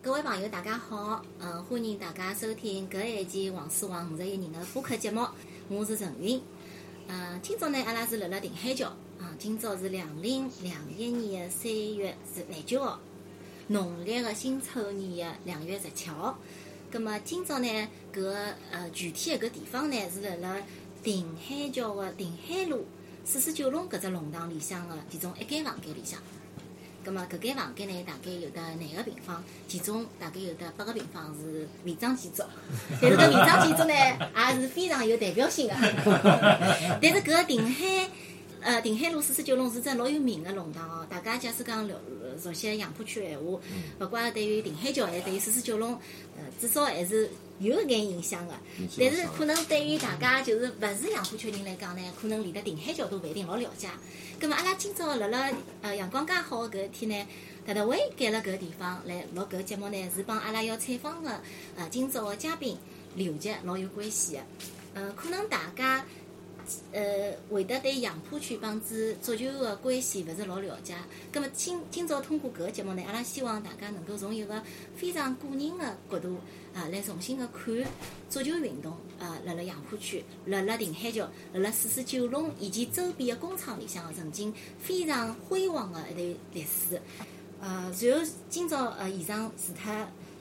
各位朋友，大家好，嗯，欢迎大家收听搿一期《王思王五十一人》的播客节目，我是陈云。嗯，今朝呢，阿拉是辣辣定海桥啊，今朝是两零两一年的三月十廿九号，农历的辛丑年的两月十七号。葛么今朝呢，搿个呃具体的搿地方呢是辣辣定海桥的定海路四十九弄搿只弄堂里向的其中一间房间里向。咁么搿间房间呢，大概有得廿个平方，其中大概有得八个平方是违章建筑， 但是搿违章建筑呢，也是非常有代表性的。 但是搿个定海，呃，定海路四十九弄是只老有名的弄堂哦。大家假使讲呃了熟悉杨浦区的闲话，勿怪对于定海桥还是对于四十九弄，呃，至少还是有一眼印象的。但是可能对于大家就是勿是杨浦区人来讲呢，可能连得定海桥都勿一定老了解。咁么，啊阿拉今朝辣辣呃阳光介好个搿一天呢，特特为拣了搿地方来录搿节目呢，是帮阿拉要采访个呃今朝个嘉宾刘杰老有关系个。呃，可能大家呃会得对杨浦区帮子足球个关系勿是老了解。咁么今今朝通过搿个节目呢，阿拉希望大家能够从一个非常个人个角度啊、来重新个看足球运动啊，辣辣杨浦区，辣辣定海桥，辣辣四十九弄以及周边个工厂里向个曾经非常辉煌个一段历史。呃，然后今朝呃，现场除脱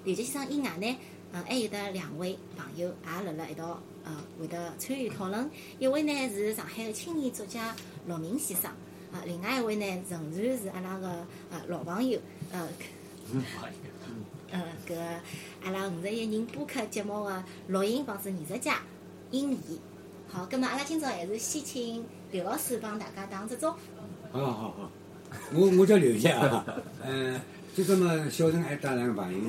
刘杰先生以外呢，呃，还有得两位朋友也辣辣一道呃，会得参与讨论。一位呢是上海个青年作家陆明先生，啊，另外一位呢，仍然是阿拉个呃老朋友，呃。呃，搿个阿拉五十一人播客节目的录音帮子艺术家英怡。好，葛末阿拉今朝还是先请刘老师帮大家打只招呼。啊好好好，我我叫刘杰啊，呃，就这么小陈还带两个朋友，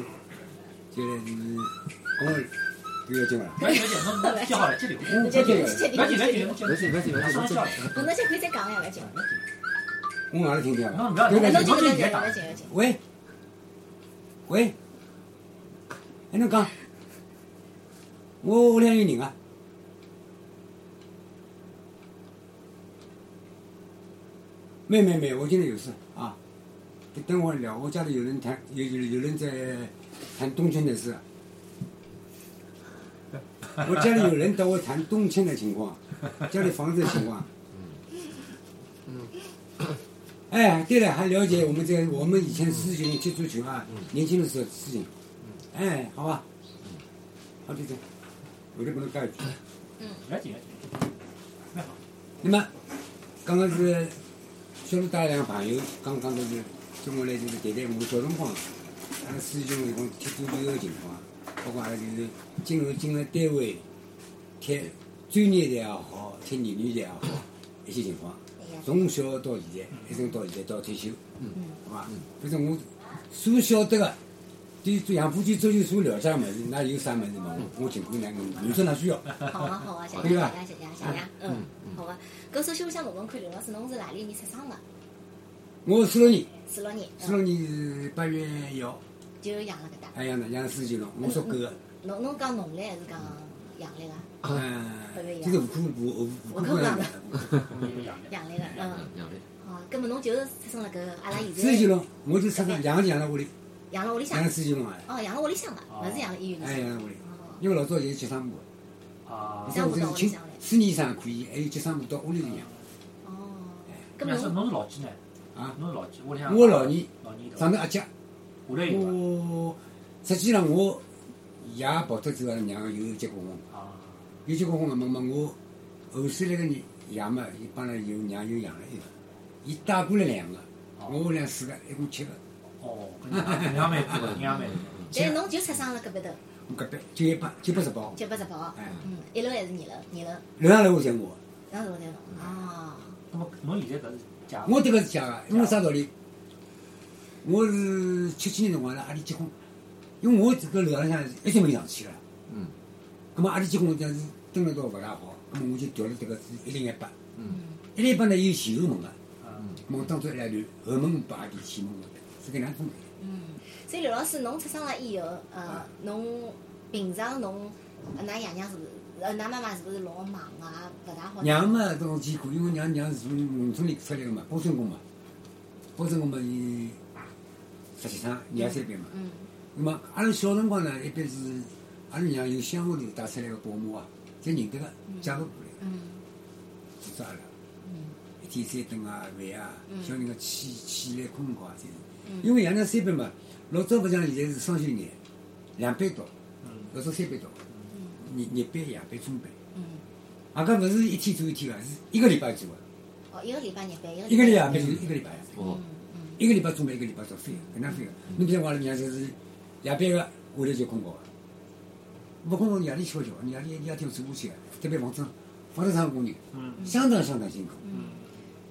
就是嗯，跟我不要紧了，赶紧赶紧，能能接好了，接流。我不接接接了，接赶紧赶接紧，没事没事没事双没事笑。我那些可以再讲呀，勿要紧。我哪里听见那了？不要紧，哎那侬就就就侬就别侬打就。侬就。喂，喂，哎，侬讲，我屋里向有人啊，没没没，我今天有事啊，等我聊，我家里有人谈，有有有人在谈东迁的事。我家里有人找我谈东迁的情况，家里房子的情况。哎，对了，还了解我们这我们以前四十九年踢足球啊，年轻的时候事情。哎，好吧，好就这样，我就不能盖住。不要紧，那么，刚刚是小陆带两个朋友，刚刚都是跟我来就是谈谈我们小辰光，阿拉四十九年光踢足球的情况，包括阿拉就是今后进了单位，踢专业的也好，踢业余的也好，一些情况。哎呀，从小到现在，一直到现在到退休，嗯，好吧？反正我所晓得个，对杨浦区足球所了解个物事，㑚有啥物事问我，我尽管来问你，有啥㑚需要？好啊好啊，谢谢谢对谢吧谢谢谢谢，嗯，好啊。搿首先我想问问看，刘老师侬是哪里人出生的？我四六年，四六年，四嗯六年是八月一号，就养了搿搭。哎呀，那杨四九了，我属狗个，侬侬讲农历还是讲阳历啊？嗯，就是户口簿，户口簿上阳历个，嗯。两位，哦，葛末侬就是出生辣搿阿拉现四九在了，我就出生两个养在屋里，养了屋里向养。四九了，哦，养了屋里向个，勿是养了医院里哎，向。养在屋里，哦，因为老早就是接生婆，啊你，像我这种亲私人生可以，还有接生婆到屋里里养，哦，哎搿那是么侬是老几呢？啊，侬是老几？我里向我老二。老二上的，头阿姐，我哎来一个我实际上我爷跑脱之后，阿拉娘有结过婚，啊，有结过婚个嘛嘛，我后头来个人爷嘛，伊帮了有娘又养了一个，伊带过来两个，啊我屋里向四个，一共七个，哦，跟人家蛮多，人家蛮多。但是哎侬就出生辣搿边头，我隔壁九一八九八十八号，九八十八号，哎，嗯，一楼还是二楼？二楼，楼上楼下侪我，然后是我在哦，那嗯么侬现在搿是假？我迭个是假个，因为啥道理？我是七七年辰光辣阿里结婚，因为我这个楼浪向一直没上去个，嗯葛末阿里结婚但是蹲了倒勿大好，葛末我就调了迭个是一零一八。嗯一来帮呢有前后门个，嗯，门啊当中一来头，后门摆比前门个，是搿能样子的。嗯，所以刘老师，侬出生了以后，呃，嗯侬平常侬，呃㑚爷娘是不是，呃，㑚妈妈是不是老忙啊，勿大好？娘嘛，这种艰苦，因为娘娘是从农村里出来个嘛，包身工嘛，包身工嘛，伊实习生廿三班嘛，嗯，那么阿拉小辰光呢，一般是阿拉娘有乡下头带出来个保姆啊，侪认得个，介绍过来，嗯就抓阿拉。嗯一天三顿啊，饭啊，小人家起起来困觉啊，嗯侪是。因为爷娘三班嘛，老早不像现在是双休日，两班倒，嗯老早三班倒，日日班、夜班、中班，嗯，啊，搿勿是一天做一天个，啊是一个礼拜做个，哦，一个礼拜日班，一一个个礼礼拜拜嗯夜班就是一个礼拜夜啊班。哦，一个礼拜中班，一个礼拜早飞个，搿能飞个。侬比如讲阿拉娘就是夜班个，下来就困觉个，勿困觉夜里悄悄，夜里夜天走过去个，特别房子房子厂工人，嗯相当相当辛苦。嗯，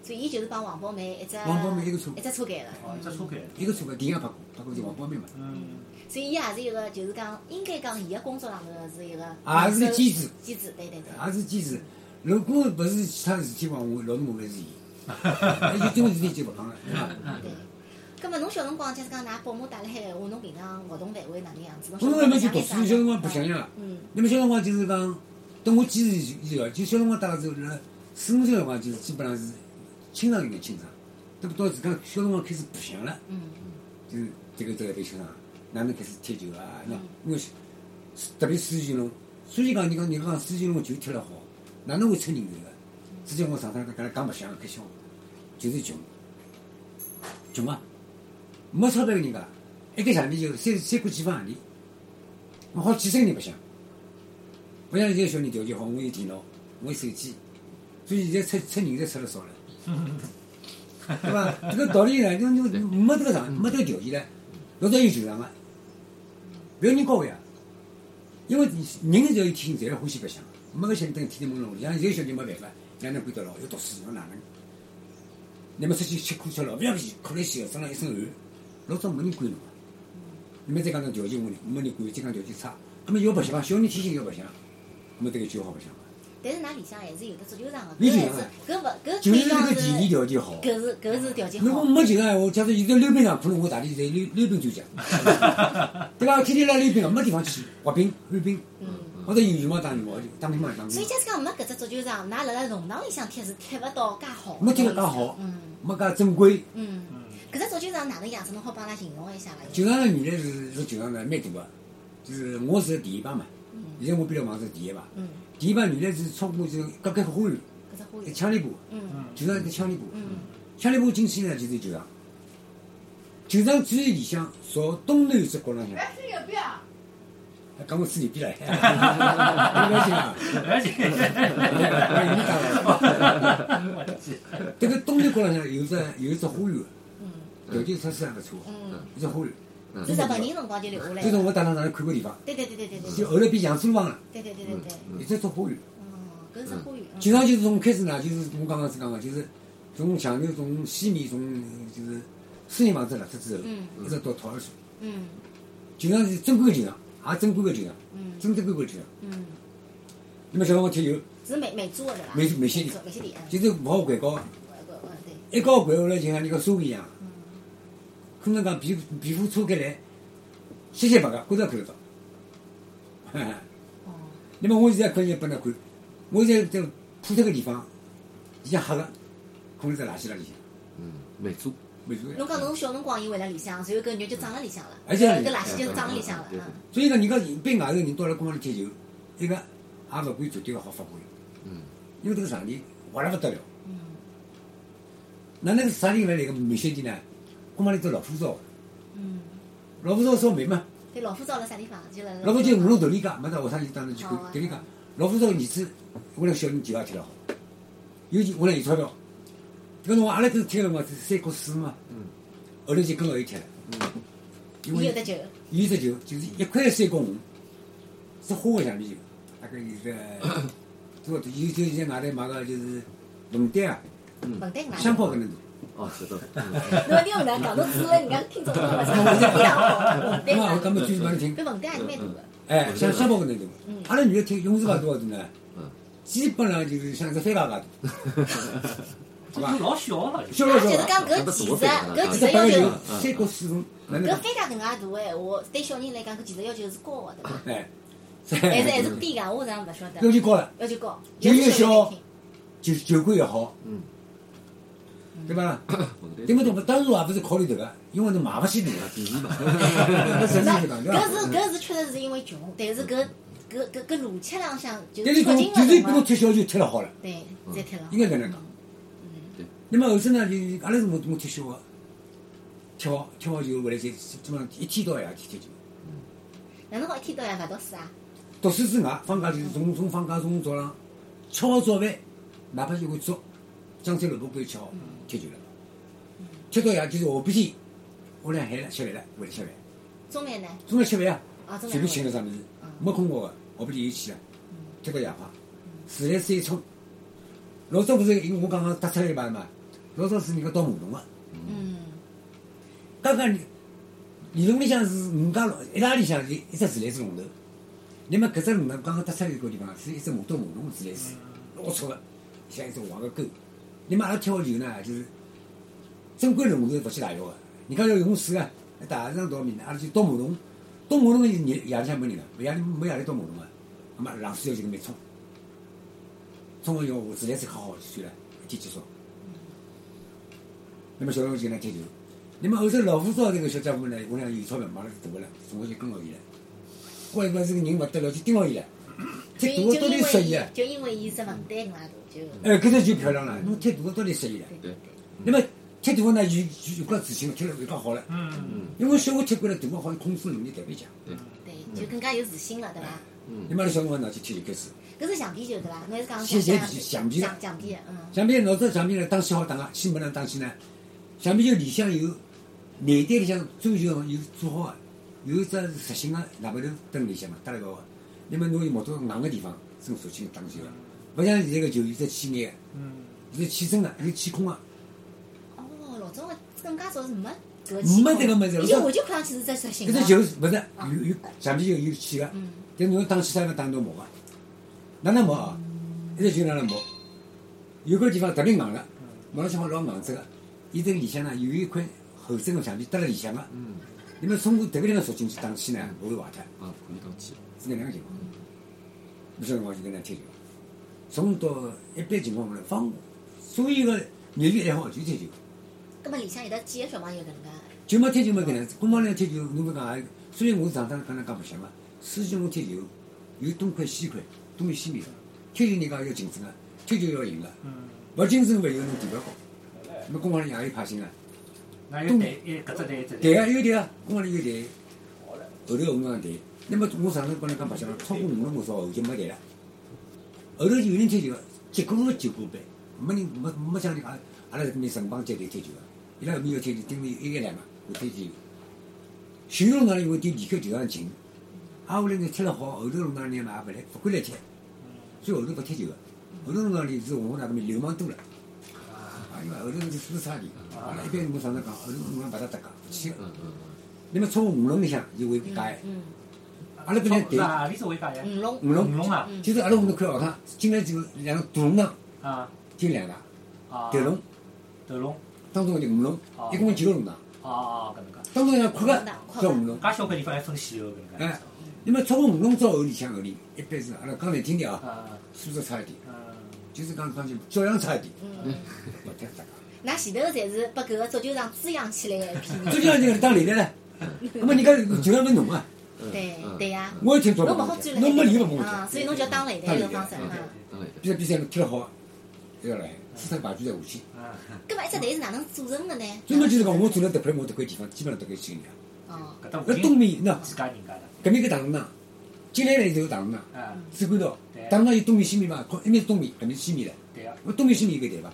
所以伊就是帮王宝梅一只王宝梅一个车一只车间哦，一只个。车间，一个车个定也拍过，拍过就王宝梅嘛，嗯，所以伊也是啊一个，就是讲应该讲伊个工作上头是一个，也啊是个机制，机制，对对对。也是坚持。如果勿是其他事体话，我老是我还是伊，有这个事体就勿讲了， 对伐？对。咁啊么侬小辰光，假使讲㑚保姆带辣海个闲话，侬平常活动范围啊哪能样子？侬我还没去读书，小辰光白相相了。嗯那么小辰光就是讲，等我坚持以后，就小辰光大概是辣四五岁辰光，就是基本上是清爽有点清爽。那么到自家小辰光开始白相了，嗯就是这个这个被啊清爽，哪能开始踢球啊？那因为特别苏俊龙，所以讲人家人家讲苏俊龙球踢了好，哪能会出人头个？之前我上趟跟他讲白相开销，就是穷，穷啊，没钞票个人家，一个夜里就三三过几房行钿，我好几十个人白相。不像现在小人条件好，我有电脑，我有手机，所以现在出出人才出了少了，对吧？这个道理呢，就就没这个场，没这个条件了，老早有球场啊，不要人高呀，啊因为人只要有天性，侪欢喜白相，没个心等天天闷弄。像现在小人没办法，哪能管得牢？要读书，要哪能？那么出去吃苦吃劳，不要皮，哭来洗，身上一身汗，老早没人管侬啊。你们再讲到条件问题，没人管，再讲条件差，那么要白相，小人天性要白相，那么这个就好白相了。但是㑚里向还是有得足球场个，有搿球还场是啊搿勿搿就可啊是以这讲个前提是条件好。搿是搿是条件如果好。没球个闲话，假如现在溜冰场，可能我大理在溜溜冰专家，对吧？天天来溜冰，没地方去，滑冰、旱冰，嗯，或者有羽毛打羽毛球，打乒乓球打所乒以乓球假，使讲没搿只足球场，㑚辣辣弄堂里向踢是踢勿到介好。没踢得介好嗯没介正规。嗯，嗯，搿只足球场哪能样子？侬好帮㑚形容一下伐？球场呢，原来是是球场呢，蛮大个，就是我是第一排嘛，嗯现在我边头房是第一排，嗯，第一排原来是超过就是隔开花园，搿只花一园。枪里步，嗯嗯，球场一个枪里步，嗯枪里步进去呢就是球场，球场最里向朝东南只角浪向。来吃牛逼啊！还讲我吹牛 逼嘞，不要紧啊，而且，我有你讲了。我去，这个东南角浪向有一只有一只花园，嗯条件设施还不错，嗯，一只花园。是日本人辰光就留下来这是了。我带他上去看过地方，对对对对对对就后来变杨树房了，对对对对对。一直做花园。哦，搿是花园。嗯经常就是从开始呢，就是我刚刚是讲个，就是从墙头从西面从就是私人房子了出之后，嗯一直到托儿所，嗯经常是正规个球场，也正规个球场，嗯真正规个球场。嗯，那么小辰光踢球，是美美租的对伐？每每些美年租美些里。嗯就是勿好掼高，我我对，一高掼下来就像那个沙一样。嗯可能讲皮肤皮肤搓开来，细细白个，觉着看得到。哦， 那么我现在可以拨侬看，我现在在铺这个地方，里向黑个，可能在垃圾浪里向，嗯，美租，没错侬呀。讲侬小辰光伊回来里向，然后搿肉就长辣里向了，而且搿垃圾就长辣里向了。嗯所以讲，人家一般外头人到了公园里踢球，一个也勿管绝对个好发挥，嗯，因为这个场地滑了不得了。嗯哪能个啥人来来个明显点呢？公园里头老虎灶，嗯，老虎灶烧煤嘛，对，老虎灶辣啥地方？就辣老虎就五龙头里家，没到学堂就当然去哦看头里家。老虎灶个儿子，我那小人就也踢得好，尤其我那有钞票。这个辰光阿拉跟踢了嘛，是三国四嘛。嗯。后来就跟牢伊踢了。因伊有得为球，伊有只球就是一块三角红，是花个橡皮球，大概有 个，多少有就在外头买个就是文丹啊，笨蛋香㑚。包搿能大。哦，知道，侬一定勿能讲，侬指了人家听众了，非常好，对那么我伐？讲么就是帮侬听，搿笨蛋也是蛮多的，哎，像香包搿能大。嗯阿拉女的踢勇士牌多少大呢？嗯。基本上就是像只飞牌大，这个老小了，小了啊小就是了。讲搿技术，搿技一术只要八个求球，三角四分，哪能搿讲？番价搿能介啊大个闲话，对小人来讲，搿技术要求是高个，对伐？ 哎，还是还是低个，我实际上勿晓要得，求高了，要求高，就越有小听。酒酒馆也好，嗯，嗯对吧？我的对不对？我当时我也不是考虑这个，因为侬买勿起这个， 便宜嘛，那实际搿就讲对吧？是搿是确实是因为穷，但是搿搿搿搿逻辑浪向就但是是戳讲进就了是嗯对给我伐？贴小就贴了好了。对，嗯再贴了。应该搿能讲那么后头呢，就是阿拉是没没贴小个，贴好贴好就回来就基本上一天到夜天天就。哪能好一天到夜勿读书啊？读书之外，放假就是从从放假从早浪吃好早饭，哪怕一碗粥，江菜萝卜干吃好，吃就了。吃到夜就是下半天，屋里向喊了吃饭了，回来吃饭。中饭呢？中午吃饭啊，啊，中随饭便吃会。点啥物事嗯，没空过个，下半天又去了，贴到夜快，自来水一冲。老早勿是因为我刚刚搭出来一排嘛，老早是人家倒马桶个，嗯，刚刚理论里向是五家老一大里向是一只自来水龙头，那么搿只龙头刚刚搭出来搿个地方是一只马到马桶的自来水，老粗个，像一只黄个沟。那么阿拉挑以后呢，就是正规龙头是勿去洗浴个，人家要用水啊，大学上倒面，阿啊拉就倒马桶，倒马桶是夜夜里向没人个，夜里没夜里倒马桶个，那么冷水要就搿么冲，冲完以后自来水好好就算了，一天结束。那么小龙就来踢球。那么后头老夫少这个小家伙呢，我俩有钞票买了就大了，从我就跟牢伊了。我一个是个人勿得了，就盯牢伊了。就踢大因个就到底因适宜啊为？就因为伊只房单外头就哎，搿只就漂亮了。侬踢大个到底适宜了？对对那么踢大个呢，有有有个自信，踢了有个好了。嗯，因为小个踢惯了，大个好像控制能力特别强。对，就更加有自信了，对伐？那么阿拉小辰光呢，就踢就开始。搿是橡皮球对伐？侬还是讲现在橡是橡皮橡橡皮的，嗯，橡皮老早橡皮呢，打线好打啊，先不能打线呢。橡皮球里向有内袋里向足球有做好个，有一只实心个大白头蹲里向嘛，搭了一个个。那么侬有摸到硬个地方，伸手去打球个，勿像现在个球有只起眼嗯，个，有只起针个，有起空个。哦，老早个更加早是没搿个没这个伊就物事老早我就看上去是只实啊心搿的只球是勿是有有橡皮球有起个嗯，但侬打起啥个打到毛个，哪能毛啊？一直就哪能毛？有个地方特别硬个，毛浪向好老硬质个，伊这个里向呢有一块厚身个橡皮搭辣里向个，嗯，那么从迭个地方戳进去打起呢，勿会坏脱，啊，可以当起，是搿能个情况。侬晓得我就搿能踢球，从到一般情况下来，放所有个业余爱好就踢球。葛末里向有得几个小朋友搿能介？就没踢球没搿能，公帮来踢球，侬勿讲也，虽然我上趟跟人讲白相嘛，私教我踢球有东块西块，东面西面，踢球人家要竞争啊，踢球要赢个，勿竞争勿赢侬地勿高。那公帮里也有派心啊，那有队，一搿只队，一只对队，啊有对啊，公帮里有队，后头我们讲队，那么我上趟跟人讲白相了，超过五个目少后就没队了，后头有人踢球个，结果个结果班，没人没没像人家阿拉搿面城邦集队踢球个，伊拉后面要踢球，顶面一个两个有踢球。徐龙呢，因为对离开球场近，挨下来呢踢了好，后头龙呢也嘛也勿来，勿敢来踢，所以后头勿踢球个。后头龙呢里是我那个流氓多了，啊，因为后头是输差点，阿拉一般我常常讲，后头龙把他搭讲，去嗯嗯那么超过五龙里向就会改，嗯，啊阿拉搿两队哪里是回家呀？五龙五龙五，龙啊，嗯就是阿拉我头看学堂，进来就两个大龙堂，啊就两个啊，头龙，斗龙，当中有五龙，哦一共有九个龙堂，啊啊，搿能介，当中有快个叫五龙。介小块地方还分细哦，搿能介哎，那么超过五龙到后里向后里，一般是阿拉讲难听点啊，啊，素质差一点。嗯，就是讲讲就教养差 一点，嗯，勿太搭界。㑚前头个侪是把搿个足球场滋养起来的一批人，最近人家当 理来了，啊那么人家就要问侬啊，嗯，对对呀，我也听说侬过勿好追，了海侬没理边由勿啊，讲。所以侬就要当擂台搿个方式嗯啊。当然比赛比赛踢得好，啊要来，四场排局再下去。嗯，葛末一只队是哪能组成的呢？最末就是讲，我走了迭块，我迭块地方基本上迭块去人家。哦，搿搭附那东近面那自家人家的，搿面个大啊龙堂，进来了以后大龙堂，啊，水管道，大龙堂有东面西面嘛，靠一面是东面，搿面是西面唻。对呀，我东面西面有个队伐？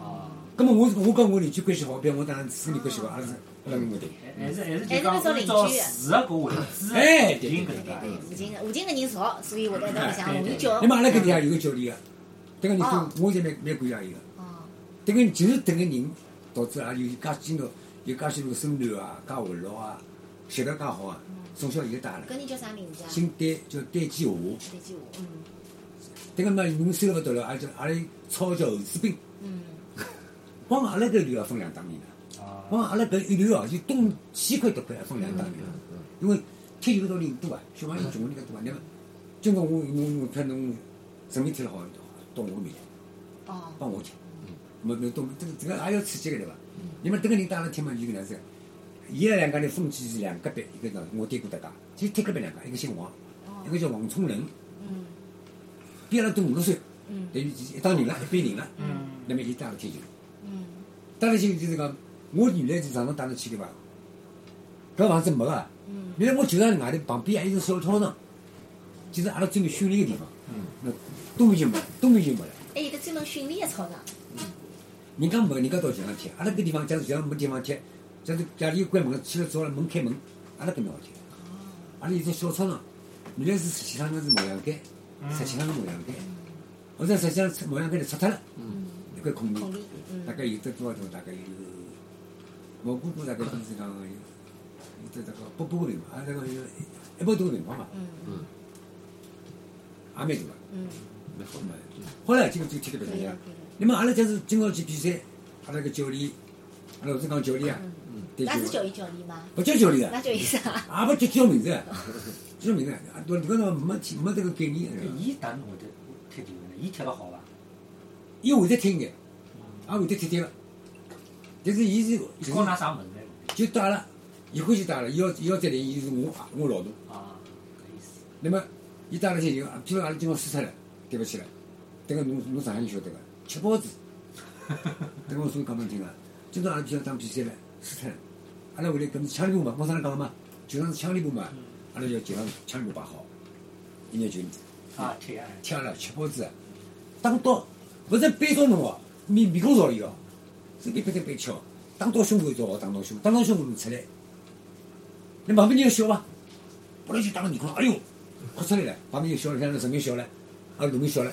啊。葛末我我跟我邻居关系好，比如我当然私人关系好，阿拉是阿拉我队。还嗯是还是就讲按照市个位哎置定搿对对对，能附近的附近个人少，所以会得一道白相容易叫。那么阿拉搿地啊有个教练啊，迭个人跟我侪蛮蛮感谢伊个。哦，迭个就是迭个人，导致啊有介今朝有介许多身段啊，介活络啊，学得介好啊，从小就带了搿。人叫啥名字啊？姓戴叫戴继华，这句话，嗯迭个嘛侬收了勿得了，阿拉叫阿拉操叫侯志斌，嗯，光阿拉搿流啊分两档面个，介啊，光阿拉搿一流啊就东西块迭块也分两档面个，因为踢球道理多啊，小朋友穷人家多啊，那么今朝我我我看侬顺便踢了好，到我面来哦，帮我踢，没没懂，这个这个也要刺激个对伐？你们这个人当了天嘛就搿能子，伊拉两家头分歧是两个班，一个呢我对过大家，就铁隔壁两家，一个姓王，一个叫王冲仁，嗯边阿拉都五六岁，嗯等于一一帮人了，一班人了，嗯那么伊带了天球。嗯当然就就是讲，我原来是常常打得去的吧，搿房子没个，嗯原来我就在外头旁边还有一个小操场，就是阿拉专门训练的地方。嗯，那东西就没了，东西就没了。还有一个专门训练哎的操场，人家没，人家到墙上贴，阿拉搿地方假如墙上没地方贴，假如家里又关门了，去了早了门开门，阿拉搿能好贴。阿拉有只小操场，原来是实际上是毛阳街，实际上是毛阳街，后头实际上毛阳街就拆脱了，嗯，一块空地孔，里，大嗯概有得多少头？大概有，我估估大概就是讲有，有得大概八百个平方，啊，大概有一百多个平方吧，嗯也蛮大个。嗯，蛮好嘛嘛。好了，今个就贴得对不一的样。对的，那么阿拉假是今朝去比赛，阿拉个教练，阿拉勿是讲教练啊，嗯，对那是伐？教育教练吗？不叫教练啊那，叫啥？也不叫叫名字啊，叫名字啊，啊，对，这个辰没提没这个概念哎啊。伊哪能会得踢球呢？伊踢得好伐？伊会得听的，也会得踢踢个，但是伊是就是教㑚啥物事呢？就打了，一欢喜打了，伊要伊要再来，伊是我我老大。啊，搿意思。那么伊打了些球，譬如阿拉今朝输脱了，对不起了，迭个侬侬上海人晓得个，吃包子。迭个我所以讲拨侬听啊，今朝阿拉今朝打比赛了，输脱了，阿拉回来搿么是枪里步嘛，我上来讲嘛，球场是枪里步嘛，阿拉要球场枪里步摆好，一眼球啊，踢啊！踢阿拉吃包子，打到勿是扳倒侬哦，面面孔朝伊哦，是一边头扳敲，打到胸口一道打到胸，打到胸口侬出来，那旁边人要笑伐？本来就打个耳光，哎哟，哭出来了，旁边就笑了，像那陈明笑了，啊，卢明笑了，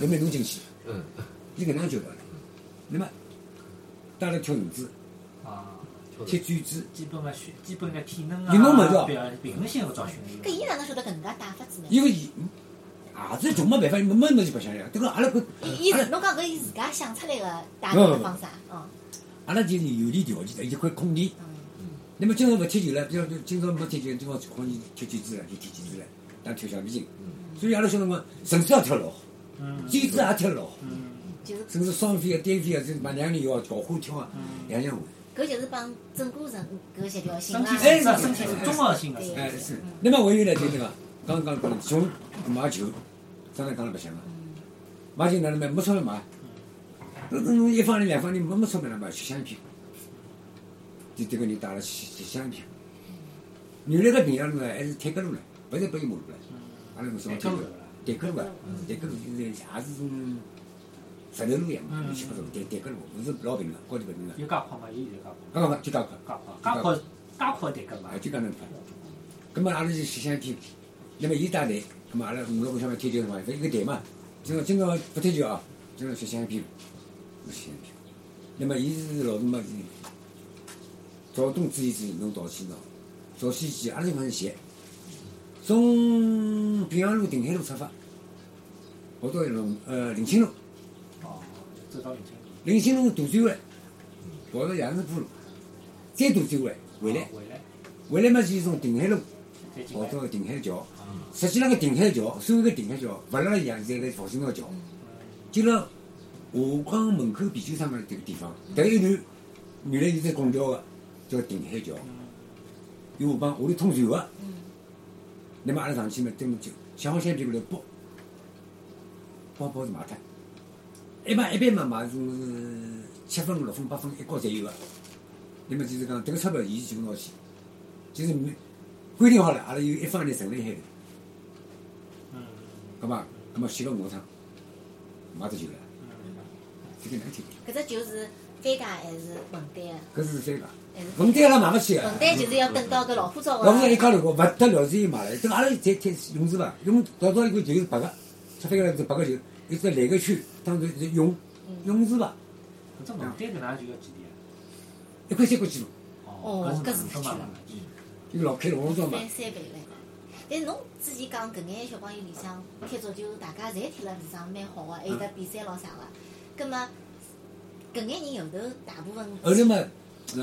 卢明侬进去，嗯，是搿能样叫的。那么，带了跳绳子，啊，踢毽子，基本个训，基本个体能啊，运动嘛对伐表平衡性搿种训搿伊练。哪能晓得搿能介打法子呢？因为伊也是穷啊没办法，没没么就白相呀。迭个阿拉搿伊伊阿是拉侬讲搿伊自家想出来个打法的方式，嗯阿拉就是有利条件，一块空地。嗯那么今朝勿踢球了，比方说今朝没踢球，今朝空地踢毽子了，就踢毽子了，当跳橡皮筋。嗯所以阿拉小辰光，绳子也跳牢，嗯毽子也跳牢，嗯就是甚至双飞啊、单飞啊，就是把两个人要搞花跳啊，嗯，样样会。搿就是帮整个人搿协调性身啊体，哎素质、身体是综合性个。对哎，是。那么还有呢，就是讲，刚刚讲穷买球，当然讲了白相了。嗯买啊球哪能买？没钞票买。那那侬一方人、两方人没没钞票哪能买？吃香片。就这个人带了吃吃香片。嗯原来个平常路呢，还是铁格路呢，不是柏油马路了。阿拉搿种铁格路，铁格路啊，铁格路就是也是种石头路呀嘛，七八种铁铁格路，勿是老平常，高头勿平常。有介宽伐？有有介宽。刚刚就讲讲。介宽，介宽，介宽得搿伐啊，？就讲能拍。咁么阿拉就去相片，那么伊带队，咁么阿拉五六个小朋友踢球嘛，搿一个队嘛。今朝今朝不踢球啊，今朝去相片，去相片。那么伊是老大嘛，嗯早东之一之侬早去喏，早西去阿拉就往前从平阳路、定海路出发，跑到龙呃林清路，哦，走到林清路。林清路大转弯，跑到杨树浦路，再大转弯回来，回来，回来嘛就是从定海路。再进跑来。到定海桥，实际上个定海桥，所谓个定海桥，勿辣阳在个复兴路桥，就辣华港门口啤酒厂个迭个地方，迭一段原来有只拱桥个，叫定海桥，有帮下头通船个，那么阿拉上去嘛，对么就想好相片过来包，包包是买脱，一般一般嘛买是七分、六分、八分一角侪有个，那么就是讲迭个钞票伊就拿去，就是每规定好了，阿拉有一方人承认海头，嗯搿嘛，搿么去了我趟，买只球了，嗯，这个难听，搿只球是翻架还是稳单啊？搿是三个，还是文丹阿拉买勿起个稳，单就是要等到搿老虎糟老啊夫一家头讲勿得了，是伊买了，这个阿拉才才用是伐？用老早一个球是白个，吃饭个是白个球，一只蓝个圈，当然是用嗯用是伐？搿只门对搿哪就要几钿啊？一块三块几毛，哦搿是搿嘛嘛。就老开龙庄嘛翻，三倍来。但是哎侬之前讲搿眼小朋友里向踢足球，大家侪踢了是上蛮好个，啊还有得比赛咯啥啊个。葛末搿眼人后头大部分后头嘛，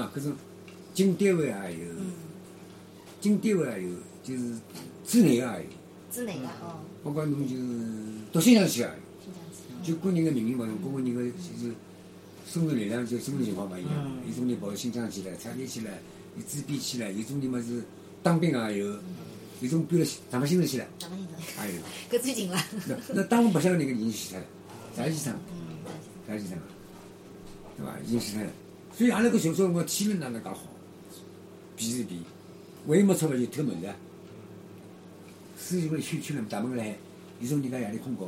啊，搿种进单位也啊有，嗯进单位啊也有，就是之内个也有，之内个哦，包括侬就是到新疆去也有。新疆去。就个人的命运勿同，个人个就是生存力量就生存情况不一样嗯，有种人跑新疆去了，创业去了，有自闭去了，有种人嘛是当兵也有，有种搬了上班新头去了，哪能行？也有。搿最近了。哎那那当我白相那个已经死脱了，啥医生？嗯啥医生啊？对伐？已经死脱了。所以阿拉搿小辰光体能哪能介好？比是比，万一没钞票就偷门的。师兄来圈圈了大门来，有种人家夜里困觉，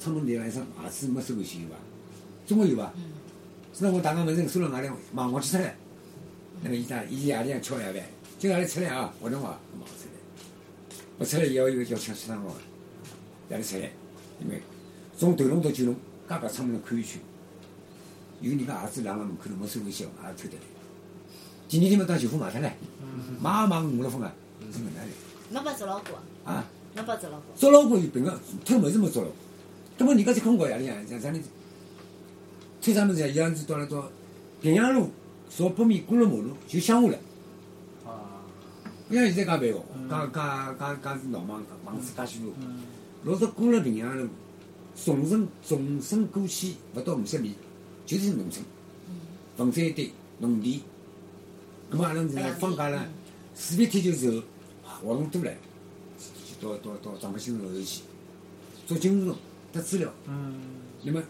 窗门台上一双鞋子没收回去有伐？总归有伐？是那我打开门收了外头，忙忘记脱了。那么伊讲，伊夜里向吃晚饭，今朝来出来啊，活动啊，忙出来，不出来以后有个叫抢食堂哦。哪里出来？因为从头弄到九弄，家家窗门看一圈，有人家鞋子啊晾辣门口头没收回去，鞋子偷得来。第二天嘛，当舅父买脱来，买也买五六分啊，是搿能来侬拨捉牢过，啊。侬拨捉牢过。捉牢过就平常偷物事没捉牢，那么人家在困觉夜里向，像啥人偷啥物事啊？一样子到了到平阳路朝北面过了马路就乡下了。啊，不像现在介烦哦，介介介介是闹忙，房子介许多。嗯，老早过了平阳路，纵深纵深过去勿到五十米，就是农村，房产一堆，农啊田。那么阿拉是白呢杨放假了嗯，四五天就走，活动多了，就到到到长白新城后去，做金融得资料。嗯，那么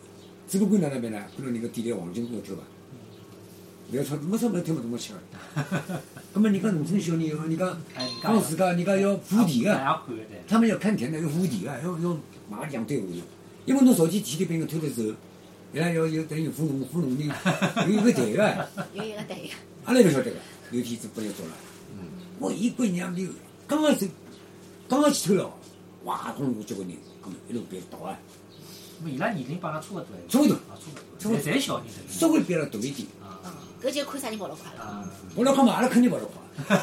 只不过啊哪能办呢？看到人家店里黄金多偷伐？不要钞，没钞票偷嘛，怎么吃？那么人家农村小人，人家哎，人家讲自家人家要扶地啊个，大个。家看的，他们要看田的，要护地啊，要要买两对五的，因为侬早期田里被人偷了走，伊拉要要等于扶农扶农民，有一个啊队个，有一个对个，阿拉也勿晓得个，有天子拨伊捉了，我一过娘的，刚刚走，刚刚去偷了，哇，公路交关人，搿么一路被倒啊，那么伊拉年龄帮阿拉差不多，差不多啊，差不多，侪小人的，稍微比阿拉大一点， 嗯啊，搿就看啥人跑得快了。啊，我老讲嘛，阿拉肯定勿老快，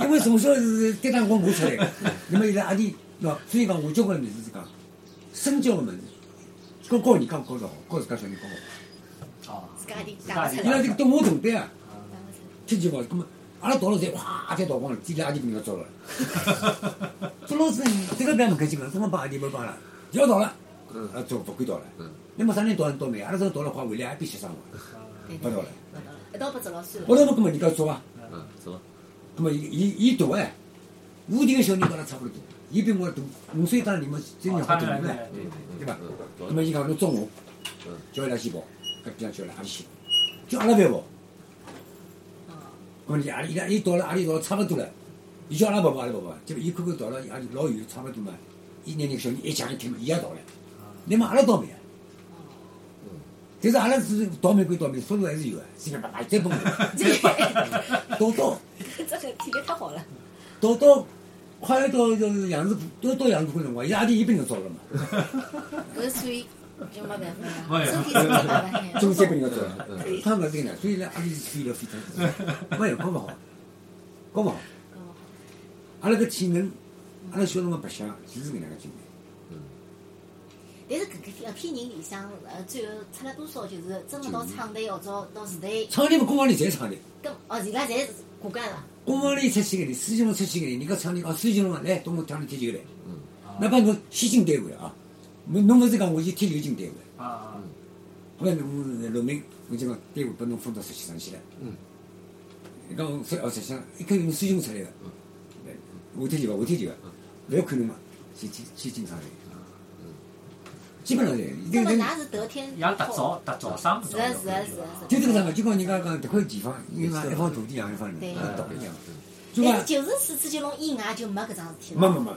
因为从小是跌呃宕光磨出来的，那么伊拉阿弟，喏，所以讲我交关物事是讲，身教个物事，教教人家教得好，教自家小人教好。哦，自家的自家伊拉的这个到我同辈啊，哪能成踢球嘛，那么阿拉逃了侪哗侪逃光了，这拉阿弟跟人家抓了，抓老子这个不要门开心个，怎么帮阿弟没帮了，要逃了，嗯啊，抓不敢逃了嗯，那么啥人逃人倒霉，阿拉这逃了快回来还被吃伤了，对不对对不逃了，到了，一道拨捉牢算我了。那么根本人家抓啊，嗯，是吧？那么伊伊伊大哎，我这个小人跟他差不多大，伊比我大五岁当然你们真啊要好大对了，对对吧？嗯那么伊讲侬抓我嗯，叫伊拉先跑，搿边叫伊拉阿里先跑，叫阿拉勿要跑。哦， 问题阿里伊拉伊到了阿里到差不多了，伊叫阿拉爸爸阿拉爸爸，结果伊看看到了阿里老远差不多嘛，伊拿那个小人一抢一推嘛，伊也到了，嗯那么阿拉倒霉啊。但是阿拉是倒霉归倒霉，速度还是有啊，噼里啪啦再蹦了，这个到到这个体力太好了。到到快要到到杨子浦，到到杨子浦辰光，伊阿弟一并就走了嘛，搿所以就没办法没了，有身体是没办法 的。中间跟人家走了嗯，他们这个呢，所以呢，阿里是飞了非常，没有搞不好，搞不好，哦阿拉个体能，阿拉小辰光白相就是搿能介经历。但是搿个搿批人里向，呃，最后出了多少就是真个到厂队或者到市队，厂里嘛，工房里侪厂里。搿哦，伊拉侪是骨干了。工房里出去个人，师兄出去个人，人家厂里讲师兄啊，来，等我厂里踢球来。啊哪怕侬先进单位啊，侬侬勿是讲我去踢球进单位，啊，后来侬农民，我就讲单位把侬分到实习上去了。嗯。伊讲我实哦实习上，一看侬师兄出来个，来我踢球伐？我踢球伐？勿要看侬嘛，先进先进厂里。基本上是，那这么个人㑚是得天像特招特招生，嗯是的是的啊是的就这个啥嘛，就讲人家讲这块地方，人家一方土地养一方人，对道理一样。就但哎讲是。九十四次九龙以外就没搿桩事体没了。没没，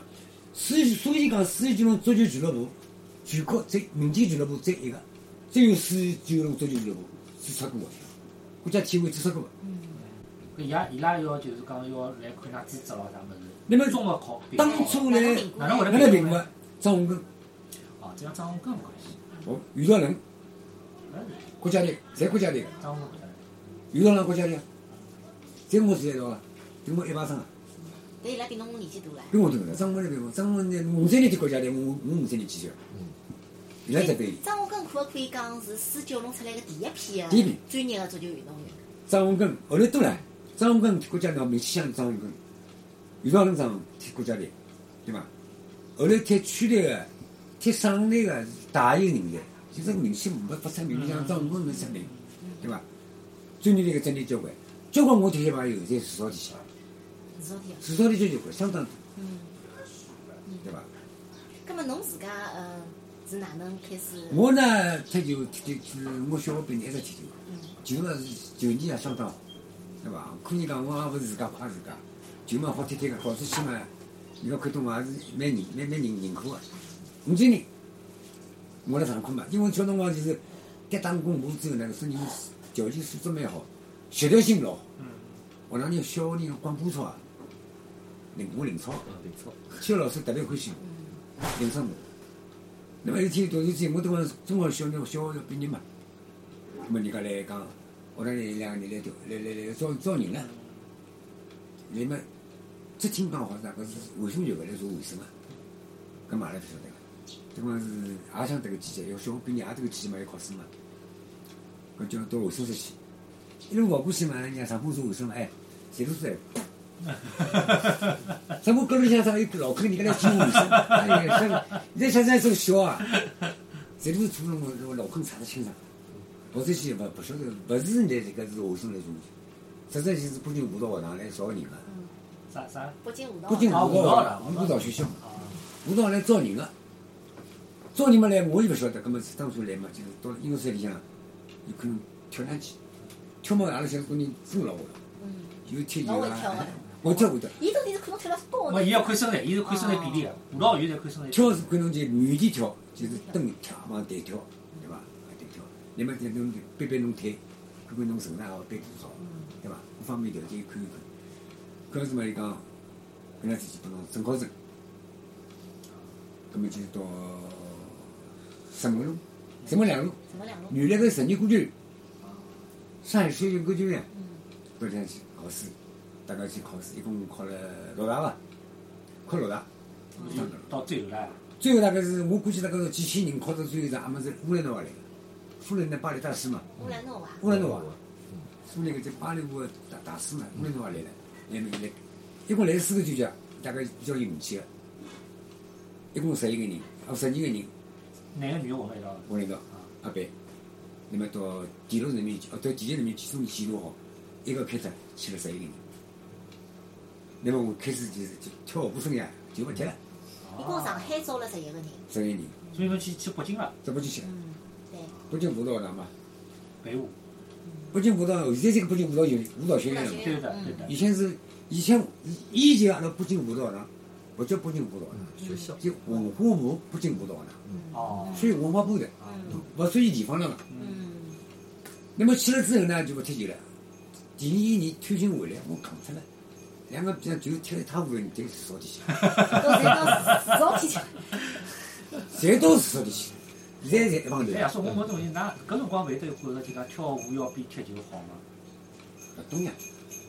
所以所以讲，四十九龙足球俱乐部，全国只民间俱乐部只有一个，只有四十九龙足球俱乐部注册过的，国家体委注册过的。搿伊拉伊拉要就是讲要来看㑚资质咯啥物事，那么综合考评当哦初呢，哪能会俺得那评评呢委张洪根、哦，这样张洪根没关系，哦于道仁，搿是国家队，侪国家队的，张洪根于道仁国家队，侪跟我是一道啊，跟我一把生啊，但伊拉比侬年纪大了。跟我同的。张洪根评委，张洪根五三年的国家队，我我我五三年几岁啊？伊拉在队里，哎张华根可可以讲是四九龙出来个第一批个第一批专业个足球运动员。张洪根后来多了，张洪根国家队名气像张洪根，于道仁张洪踢国家队，对伐？后来踢区队个，踢省内个大有人才，就是明星没不出名，像张我没出名，对伐？专业那个真的交关，交关我这些朋友在市场里向，少天。市场里就交关，相当多，嗯，对伐？葛末侬自家呃是哪能开始？我呢踢球踢球，我小学毕业一直踢球，球呢球技也相当好，对伐？可以讲我也勿是自家夸自家，球嘛好踢踢个，搞出去嘛，人家看到我也是蛮认蛮蛮认认可个。五几年，我来上课嘛，因为小辰光就是在打工过之后呢，说人条件素质蛮好，协调性老好。学堂里小学里光波操啊，领我领操。啊，林超，体育老师特别欢喜我，欣赏我。那么有一天突然之间，我这个中学小学小学毕业嘛，那么人家来讲，学堂里两个人来调来来来招招人了。那么只听讲好像搿是卫生局搿来做卫生啊，搿嘛阿拉不晓得了。这光是也想迭个季节，要小学毕业也迭个季节嘛要考试嘛，搿就到卫生室去。一路跑过去嘛，人家上班做卫生嘛，哎，谁都是哎。什么跟里向上有老坑，人家来欺负女 生，哎呀，像你在想想这个小啊，这都是做了我我老坑查得清爽，跑出去不不晓得，不是人家这个是学生来做，实在就是北京舞蹈学堂来招人个，啥啊啥？北京舞蹈北京舞学蹈堂学堂，啊舞蹈学校，舞蹈学堂来招人个，招人嘛来我也不晓得，搿么当初来嘛就是到了音乐室里向，有可能跳上去，跳嘛阿拉小姑娘真老会了，嗯，有踢球老会跳啊的，我跳会得。伊到底是可能跳了高没，伊要看身材，伊是看身材比啊例啊个，舞蹈学院侪看身材。跳是搿种就原地跳，就是蹲跳往对跳，对伐？啊对跳，那么就侬就掰掰侬腿，看看侬身材好掰多少，对伐？各方面条件看一看。搿是嘛伊讲，搿能自己帮侬准考证，搿么就是到石门路、石门两路，什么两路？原来搿十年歌剧，上海市有歌剧院，到天去考试，大概去考试，一共考了六大伐，考六大。就到最后了，最后大概是我估计大概是几千人考到最后一场，阿么是乌兰诺来的，苏联的巴黎大师嘛，乌兰诺伐？乌兰诺啊，哦苏联个在巴黎个大大师嘛，乌兰诺啊瓦来了，来来来，一共来四个主角，大概比较有名气的，一共十一个人，啊十二个人，男个女个混辣一道的。我来到阿伯，那么到第六人面，哦到第一人面集中记录好，一个开头去了十一个人，那么我开始就是就跳舞生涯就不踢了，一共上海招了十一个人。十一个人，啊所以侬去去北京了，这不就去了，嗯，对，不就舞蹈学堂嘛。北舞。北京舞蹈，现在这个北京舞蹈有舞蹈学院了嘛？对的，嗯对的。以前是啊以前以前阿拉北京舞蹈学堂不叫北京舞蹈学学校堂，就文化部北京舞蹈学堂，哦，属于文化部的，不属于地方了嘛。嗯，那么去了之后呢，就不踢球了。第一年退休回来，我扛出来，两个比赛就踢得一塌糊涂，你就是少 点去，到谁到早天去？谁都是少点去，现在才一帮头哎，呀，说我没东西，㑚搿辰光会得觉着就讲跳舞要比踢球好吗？不懂呀。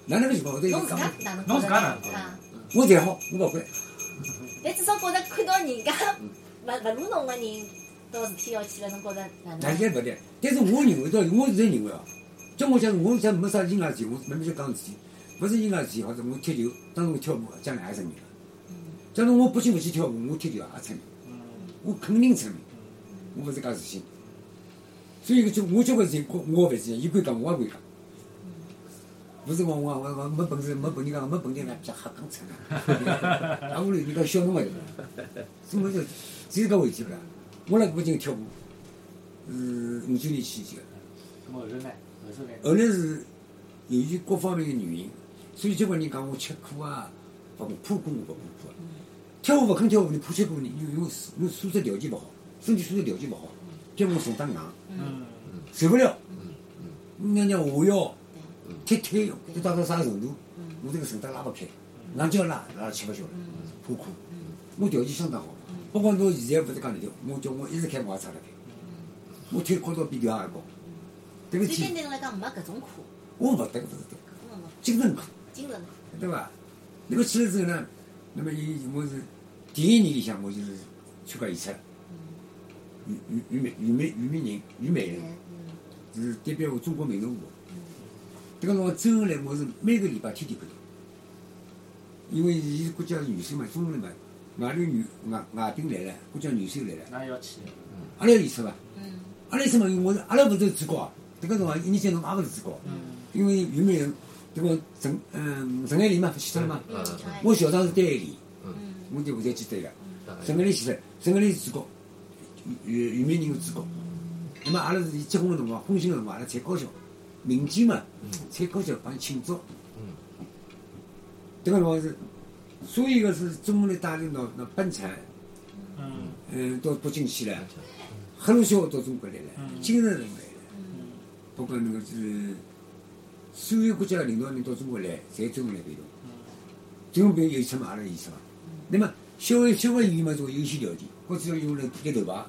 哪能个情况？我都有侬自讲家，哪能？侬自家哪能觉得啊？我才好，我不会。但至少觉着看到人家勿勿如侬个人，到事体要去了，侬觉着哪但能？是不对，但是我认为到我现在认为哦，叫我讲，我讲没啥人家事体，我慢慢就讲事体，不是人家事体，或者我踢球，当然我跳舞将来也出名了。假如我不仅不去跳舞，我踢球也出名，嗯我肯定出名，我不是讲自信。所以就我交关事情，我我也勿信，伊敢讲我也敢讲。不是讲我我我没本事，没本事讲没本事，那瞎瞎讲出来。啊，我人家笑侬勿对，所以我就就是搿回事啦。我辣北京跳舞，嗯，五九年去的。咾么后头呢？后头呢？后来是由于各方面的原因，所以交关人讲我吃苦啊，勿怕苦我勿怕苦啊。跳舞勿肯跳舞，你怕吃苦，你因为因为素质条件勿好，身体素质条件勿好，叫我手打硬，嗯，受不了。那让我腰、踢腿都打到啥程度？我这个绳带拉不开，硬叫拉拉吃不消了，怕苦。我条件相当好，包括侬现在勿是讲里头，我叫我一直开我也差得开，我腿高到比条还高。对不最起简。单的来讲，没搿种苦，我勿得搿是对，根本没精神苦，精神苦。对伐？那么去了之后呢，那么伊我是第一年里向我就是参加演出，虞虞虞美虞美虞美人虞美人嗯是代表我中国民族舞。这个辰光周恩来我是每个礼拜天天看到，因为伊国家元首嘛，中国人嘛，外头女外外宾来了，国家元首来了，㑚要去。阿拉要演出伐？嗯阿拉意思嘛，我是阿拉勿是职高啊，迭个辰光一年级侬也勿是职高，嗯因为有没有人迭个陈嗯陈爱玲嘛，不去脱了嘛，嗯，上海我小张是单爱玲，嗯我对后台记得个，大概陈爱玲先生，陈爱玲是职高，有有名人是职高，那么阿拉是伊结婚个辰光，婚庆个辰光，阿拉才高校，民间嘛，才高校帮伊庆祝，迭个辰光是，所以个是中国人带领到那奔产，嗯嗯，到北京去了。黑龙江到中国来了，嗯精神人来了，包括那个是所有国家的领导人到中国来，侪周恩来陪同。周恩来有出嘛，阿拉有出嘛。那么消费消费语言嘛，做优先条件，或者要用来盖头牌。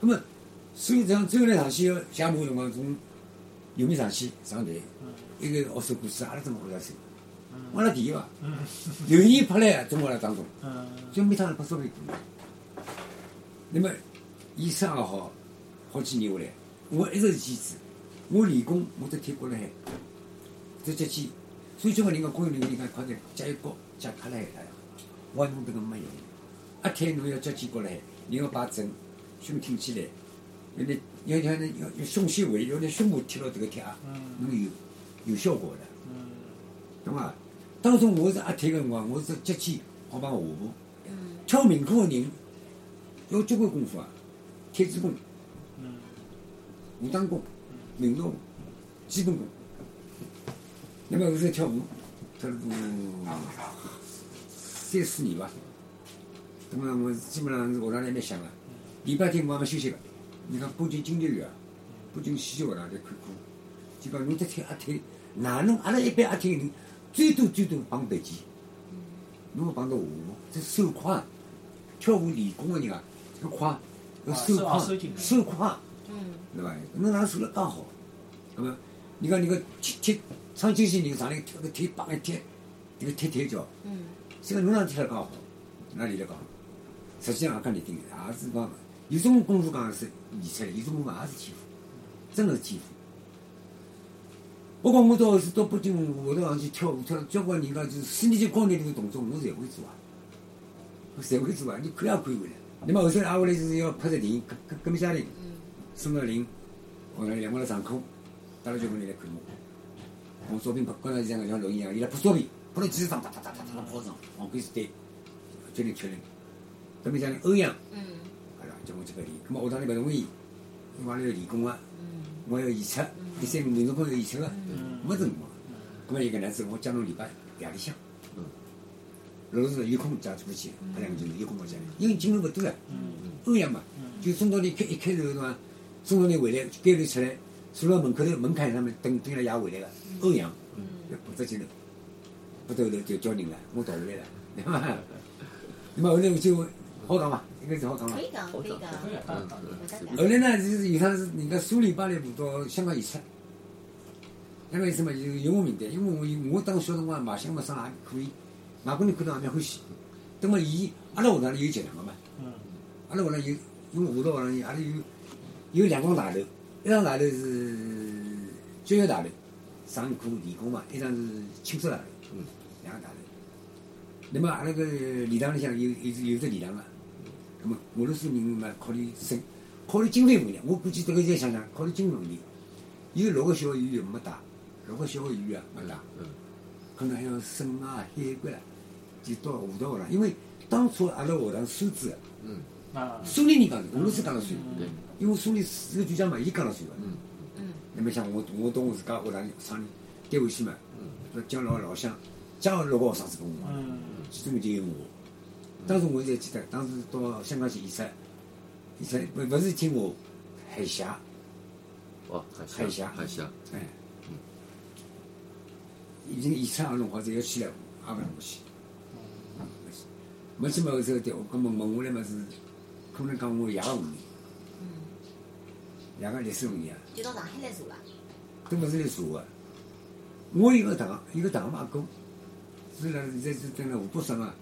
那么，所以讲周恩来上去下马的辰光，从有名上去上台，一个学首故事，阿拉怎么学得首？我拉第一吧，刘毅拍来中国来当中。嗯就每趟拍照片过来。那么，医生也好，好几年下来，我一直是坚持。我练功，我只贴过了海，只脚尖。所以交关人讲，工人人讲快点，脚一高，脚塌了海了。我讲侬迭个没用，一贴侬要脚尖高了海，你要摆正，胸挺起来，要拿要要拿要要胸先围，要拿胸部贴牢迭个贴啊，侬有有效果嗯的。懂伐？当初我是阿铁个辰光，我是脚尖好帮下步。跳民歌个人要交关功夫啊，铁子功、嗯武当功、民道功、基本功。那么后头跳舞，跳了都三四年吧。那么我基本上是学堂里蛮响个，啊礼拜天我也没休息个。人家北京京剧院啊，北京戏剧学堂来看课，就讲侬只踢阿踢，啊哪能阿拉一般阿踢个人最多最多碰白旗，侬要碰到下步，这手快，跳舞练功个人啊，这个快，要手啊手啊手快劲，手快。嗯对伐？侬哪能做了刚好？那么，你讲你个踢踢，上九线人上来踢个踢，帮一踢，这个踢踢脚，嗯这个侬哪能踢了刚好？哪里来讲？实际上也讲难听，也是讲有种功夫讲是练出来，有种功夫也是天赋，真的是天赋。包括我到后头到北京后头上去跳舞，跳交关人家就是四年级高年龄的动作，我侪会做啊，我侪会做啊，你看也看会了。那么后头挨下来就是要拍只电影《革革革命家庭》。嗯孙若林，我来两个来上课，带了交关人来看我。我照片拍，刚才像个像录音一样，伊拉拍照片，拍了几十张，哒哒哒哒哒拍上，往哦边是哦对，确认确认。搿面像哎欧阳，嗯阿拉叫我去搿里，葛末学堂里勿容易，因为阿拉要练功啊，我要演出，第三个民族课要演出个，没辰光。葛末伊搿能子，我叫侬礼拜夜里向，老是有空家出去，拍两个钟头，有空我家，因为进入勿多啊。欧阳嘛，就中朝天开一开头是伐？中朝天回来，街头出来，坐到门口头门槛上面等等了爷回来个欧阳，要不着进头，不头头就叫人了，我逃回来了，对伐？那么后来我就好讲伐，应该是好讲伐可。以讲可以讲，可以啊，当然当然，后来呢，就是有趟是人家苏联巴来部到香港演出，香港演出嘛，有有我名单，因为我有我当小辰光卖相嘛啥也可以，外国人看到也蛮欢喜。那么伊阿拉学堂里有集团个嘛，嗯阿拉学堂有，因为下头学堂里阿拉有有两幢大楼，一幢大楼是教育大楼，上课理工嘛，一幢是寝室大楼，嗯，两个大楼。那么阿拉个礼堂里向有有有只礼堂啊，那么俄罗斯人嘛考虑生，考虑经费问题，我估计这个现在想想考虑经费问题，有六个小学员没带，六个小学员啊没带。嗯可能还要省啊、海关啦，就到下头学堂，因为当初阿拉学堂收支的，嗯，啊苏联人讲的，俄罗斯讲了算，对，因为苏联四个局长嘛，伊讲了算的。嗯嗯那么像我，我到我自家学堂里商量，单位去嘛，要将老老乡，将老六个学生子跟我嘛，嗯其中就有我。当时我才记得，当时到香港去演出，演出不不是听我海峡，哦，海峡海峡，哎，已经演出个辰光侪要去了，也勿让我去。嗯没去嘛后头对，我根本问下来嘛是，可能讲我爷个问题，嗯，爷个历史问题啊，就到上海来做了，都勿是来查个。我有个堂，有个堂嘛阿哥，是辣现在是在那湖北省啊，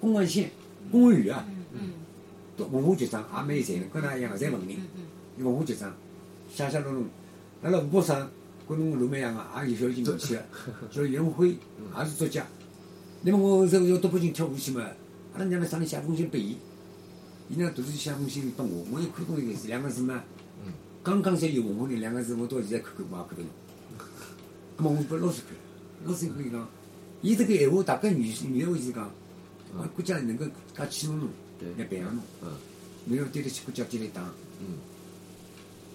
公安县公安员啊，嗯嗯到文化局长也蛮有才能，跟他一样个，侪文人。嗯嗯伊文化局长写写弄弄，辣辣湖北省跟侬卢梅样个，也有小进名气个，叫袁辉，也是作家。那么我后头要到北京跳舞去嘛，阿拉娘们上来写封信拨伊，伊呢同时写封信拨我，我一看东西两个字嘛，刚刚才有“无理”两个字，我到现在看看我也看不懂。那么我拨老师看，老师跟伊讲，伊这个闲话，大概原原话就是讲，啊，国家能够介启发侬对，来培养侬，嗯侬要对得起国家，对得党。嗯，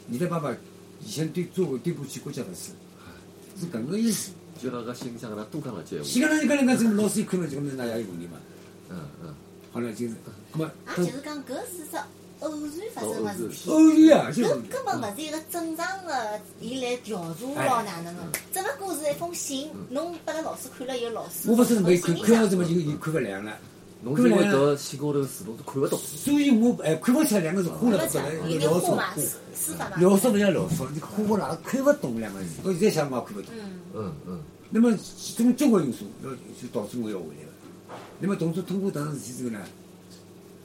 你的爸爸以前对做过对不起国家的事，是搿个意思。就那个心里向，那多讲了句闲西话，格拉人家人家这个老师一看了，就讲那也有问题嘛。嗯嗯，好了，就是，那么也就是讲搿是只偶然发生个事体。偶然啊，就搿是根本勿是一个正常的，伊来调查咯哪能个，只不过是一封信，侬拨个老师看了以后，老师我不是没信看，里看向到这么就就看不来了。侬因为搿信高头的字侬都看不懂，所以我哎看不出来两个字，花看了勿不来，讲，有点老话少嘛，书书法嘛，老少不要老少，你花我哪个看不懂两个字？我现在想我也看不懂。嗯，嗯嗯那么其中中国因素要就导致我要回来了。那么同时通过搿桩事体之后呢，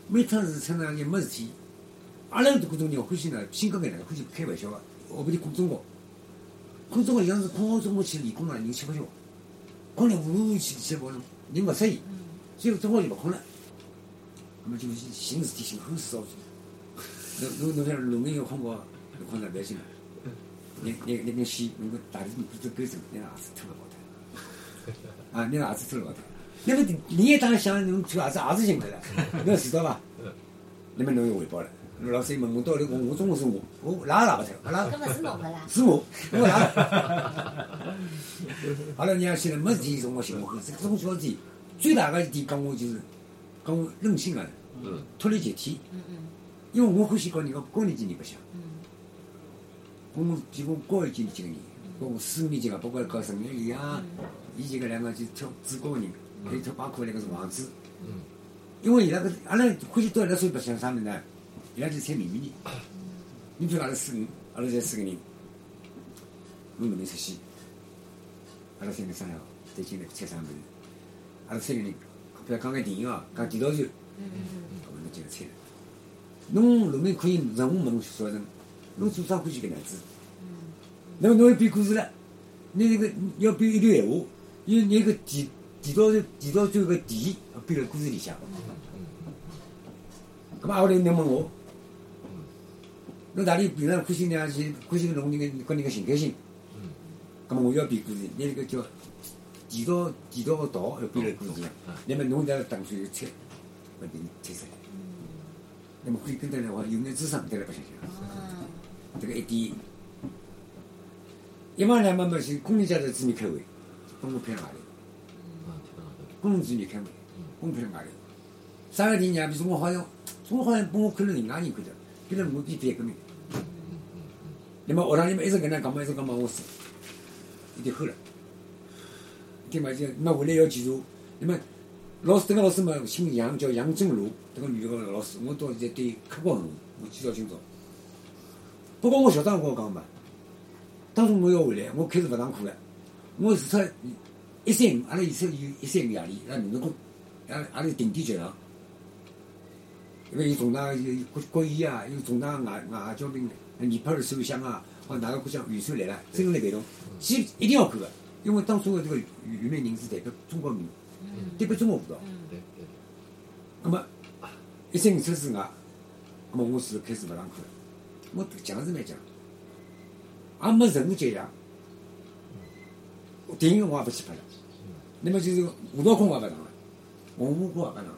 每趟是趁上也没事体，阿拉搿种人欢喜呢，新疆搿能欢喜开玩笑啊个，后边就看中国，看中国像是看好中国去理工嘛，人吃不消，看了无去去跑了，人勿适意，所以中国就勿困了。那么就是寻事体寻后事哦，侬侬侬像农民要困觉，侬困哪勿要紧了。你你你跟西，侬跟大地你都跟什么？你那鞋子脱了好的，啊，你那鞋子脱了好的。那么你也当然想，侬穿鞋子也是行的了，侬知道伐？那么侬有回报了。侬老师一问我到底我我中国是我，我哪也也不脱，阿拉搿勿是侬个啦，是我，我啊哪？阿拉娘现在没事体，从我寻我后头，中小事体最大个一点讲我就是讲我任性啊，嗯脱离集体，嗯嗯因为我欢喜跟人家高年级人白相。嗯我们提供高一级几个人，包括四五年级啊，包括搞陈立礼啊，伊几个两个就跳主高人，还有跳巴克那个是王子。嗯，因为伊拉个阿拉欢喜到伊拉手白相啥物事呢？伊拉就猜谜面人。你比如阿拉四个，阿拉才四个人，侬能不能出去？阿拉三个商量，再进来猜啥物事？阿拉三个人，比如讲个电影哦，讲地道战。嗯搿么侬就猜了。侬农民可以任何物侬晓得，侬做啥欢喜搿能子？那么侬要编故事了，你那个要编一段闲话，因为你那个提提到提到最后个题，要编辣故事里向。搿么挨下来侬问我，侬哪里平常欢喜那样去欢喜侬那个跟人家寻开心？搿么我要编故事，拿那个叫提到提到个道要编辣故事里向嗯。那么侬在当中有猜，勿定猜出来。那么可以跟得来话，有眼智商对来白相相。嗯，这个一点，一忙两忙嘛，是工人阶头居民开会，帮我派到外头，嗯，听到了，工人居民开会，帮我派到外头。啥个地方？比如说我好像，我好像帮我看了另外人看的，比如我比别个名。那么学堂里面一直跟他讲嘛，一直讲嘛，我死，有点后了。对嘛，就那回来要检查。那么老师，这个老师嘛，姓杨，叫杨正如，这个女的老师，我到现在对刻薄恨，我记到今朝。不过我小张跟我讲嘛，当初我要回来，我开始勿上课了。我除脱一三五，阿拉现在有一三五夜里，阿拉民族工，阿拉阿拉定点集上，因为有重大有国国宴啊，有重大外外交兵，尼泊尔首相啊，或哪个国家元帅来了，真个来陪同，去一定要看个，因为当初的这个原原民人是代表中国民，代表中国舞蹈。对对，那么一三五车之外，那么我是开始勿上课了。我讲是蛮讲，也没任何节呀。电影我也勿去拍了，那么就是舞蹈课我也勿上了，文化课也勿上了。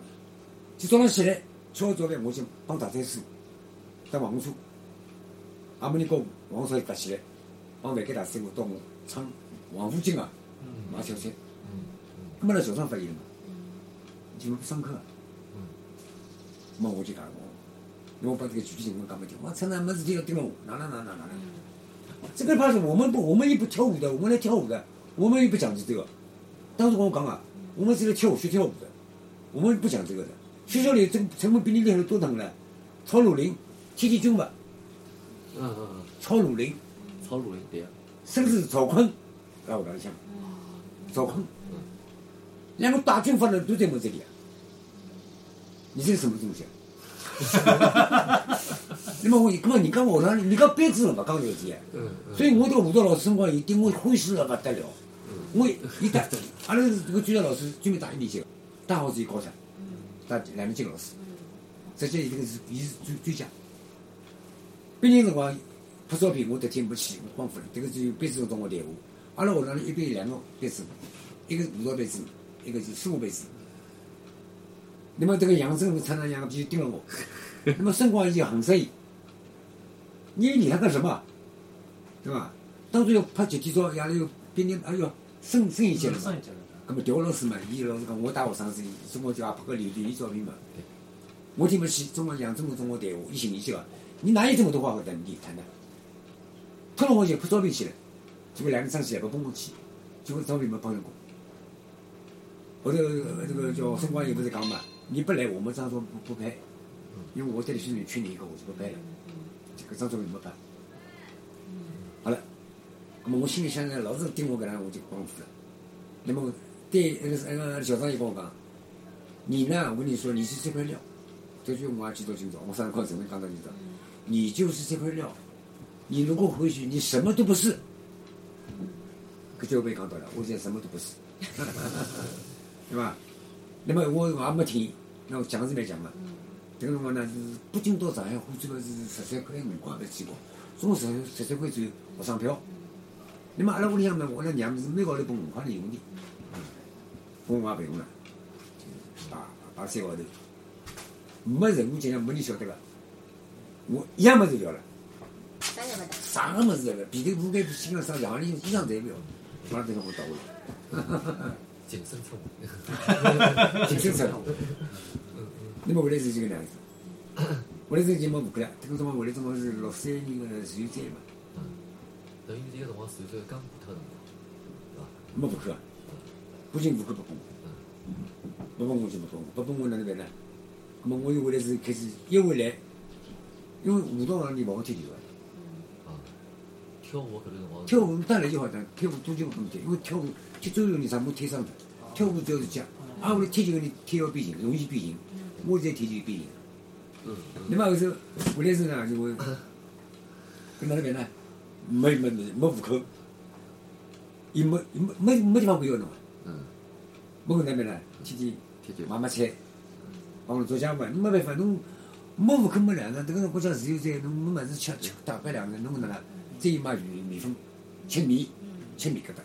就早浪起来，吃好早饭，我就帮大山师搭黄车，阿么人跟黄少搭起来，帮饭给大师傅到我唱黄浦江啊，买小菜。那么辣桥上发现了嘛，就不上课啊。那么我就讲我，那我把这个具体情况讲不听，我趁他没事体要盯着我，哪哪哪哪哪哪。这个怕是我们不，我们也不跳舞的，我们来跳舞的，我们也不讲究这个。当时跟我讲啊，我们是来跳舞学跳舞的，我们不讲这个的。学校里成成本比你厉害的多疼了，抄鲁林，踢踢军吧，嗯嗯抄鲁林，嗯，曹鲁林对啊，甚至是曹锟，来我讲一下，曹锟，两个大军阀人都在我这里啊，你这是什么东西啊？啊 那么我，那么你讲我呢？你讲别子了吧，讲这些。嗯所以我这个舞蹈老师辰光，伊对我欢喜了勿得了。我伊带，阿拉是这个专业老师专门带一年级的，带好是伊高三，带两年级的老师。实际伊这个是伊是专专家。毕业辰光，拍照片我都听不起，我光服了。这个只有班主任跟我谈话。阿拉学堂里一般有两个班主任，一个是舞蹈班主任，一个是生活班主任。那么这个杨振武常常杨就盯着我，那么生活也很色，你理他干什么？对吧？到最后拍集体照，伢拉又比你哎呦深深一些了嘛。生一级了，那么调老师嘛，伊老是讲我带学生是，中国就也拍个留留伊照片嘛。我听不起，中国杨振武跟我谈话，伊寻理去了。你哪有这么多话好谈？你谈呢？拍了我就拍照片去了，结果两个生气还不崩过去，结果照片没拍成功。后头呃这个叫孙光友不是讲嘛，你不来我们张照不不拍，因为我带你去去你一个我就不拍了，这个张照片没拍。好了，那么我心里想着老是盯我搿能，我就光复了。那么对那个那个小张也跟我讲，你呢，我跟你说，你是这块料，这句我也记得清楚，我上课曾经讲到清楚，你就是这块料，你如果回去，你什么都不是。搿就被讲到了，我现在什么都不是， 对吧？那么我也没听，那我讲是没讲嘛。这个辰光呢，是北京到上海火车票是十三块五块还是几毛？总共十十三块左右学生票。那么阿拉屋里向嘛，我阿拉娘是每个号头拨五块零用钿，我也陪我了，排排三个号头，没任务进来，没人晓得个，我一样么子不要了。啥也勿得。啥个么子了，皮头铺盖、新了啥，两个人衣裳侪不要，马上等下我到位，谨慎父母。挺正常。那么回来是就搿能样子，回来之后就没补课了。这个辰光回来辰光是六三年个自由灾嘛，等于这个辰光随着刚补特辰光，对吧？没补课，不仅补课不补，不补我就不补，不补我哪能办呢？那么我又回来是开始一回来，因为舞蹈上你勿好踢球啊。啊，跳舞搿个辰光，跳舞当然就好谈，跳舞多久不能跳，因为跳舞踢足球你啥没踢上的，跳舞主要是脚，啊，我来踢球你踢要变形，容易变形，我现在踢就变形。嗯那么后头回来时呢，就问，搿哪能办呢？没没没没户口，伊没伊没没没地方可要侬啊，嗯，没搿能办呢？天天踢球买买菜，帮侬做家务啊，侬没办法，侬没户口没粮食，迭个国家自由灾，侬没物事吃，吃大块粮食，侬搿能啦，再买米米粉，吃米，吃米搿搭。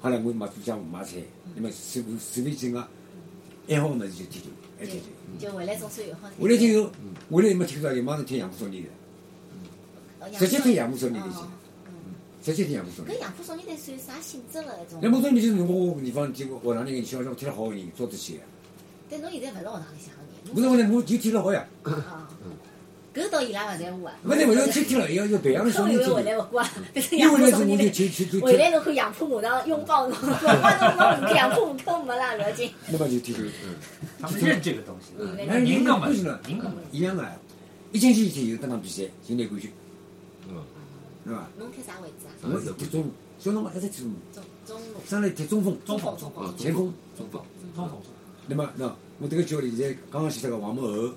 后来我买做家务买菜，那么随随便几个爱好个物事就踢球，爱踢球。就回来总算有好。回来以后，回来也没听到，就马上听杨浦少年的，呃直接听杨浦少年的去哦，嗯直接听杨浦少搿年。杨浦少年队算啥性质了？种杨浦少年就是我地方就学堂里人，小小踢了好个人，做得起的。但侬现在勿是学堂里向个人，不是我呢，我就踢了好呀，啊，搿倒伊拉勿在乎啊。不是不要踢踢了，要要培养小后人又踢。回来勿管，但是因杨为浦那少时我年就队去去去回踢，来侬看杨浦马上拥抱侬，勿管侬侬杨浦户口没啦，勿要紧。那么就踢球。他们认这个东西，嗯那人格哎嘛不，是呢，人格嘛，一样啊。一进去一天有登场比赛，就拿冠军，嗯，对伐？侬踢啥位置啊？我是踢中，小辰光一直踢中，中中路。上来踢中锋、中锋中锋前锋。中锋，中统那么，喏，我这个教练现在刚刚去这个王某和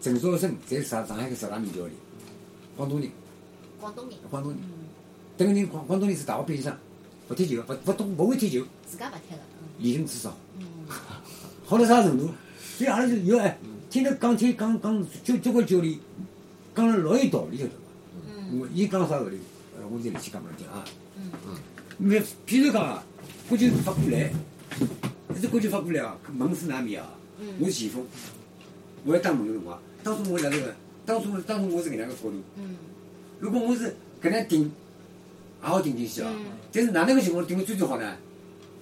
郑少生，侪是上上海个十大名教练，广东人，广东人，广东人。这个人广广东人是大学毕业生，不踢球，不不懂，不会踢球，自家勿踢了。嗯理论至上，嗯，好到啥程度？所以阿拉就以后哎，听他讲听讲讲，交交关教练讲了老有道理的，对伐？嗯我伊讲啥道理？呃，我就来去讲拨侬听啊。嗯那譬如讲啊，国球发过来，这国球发过来啊，门是哪面啊？嗯我是前锋，我要打门的辰光，当初我哪能个？当初当初我是搿能个角度，嗯如果我是搿能顶，也好顶进去啊嗯。但是哪能个情况顶得最最好呢？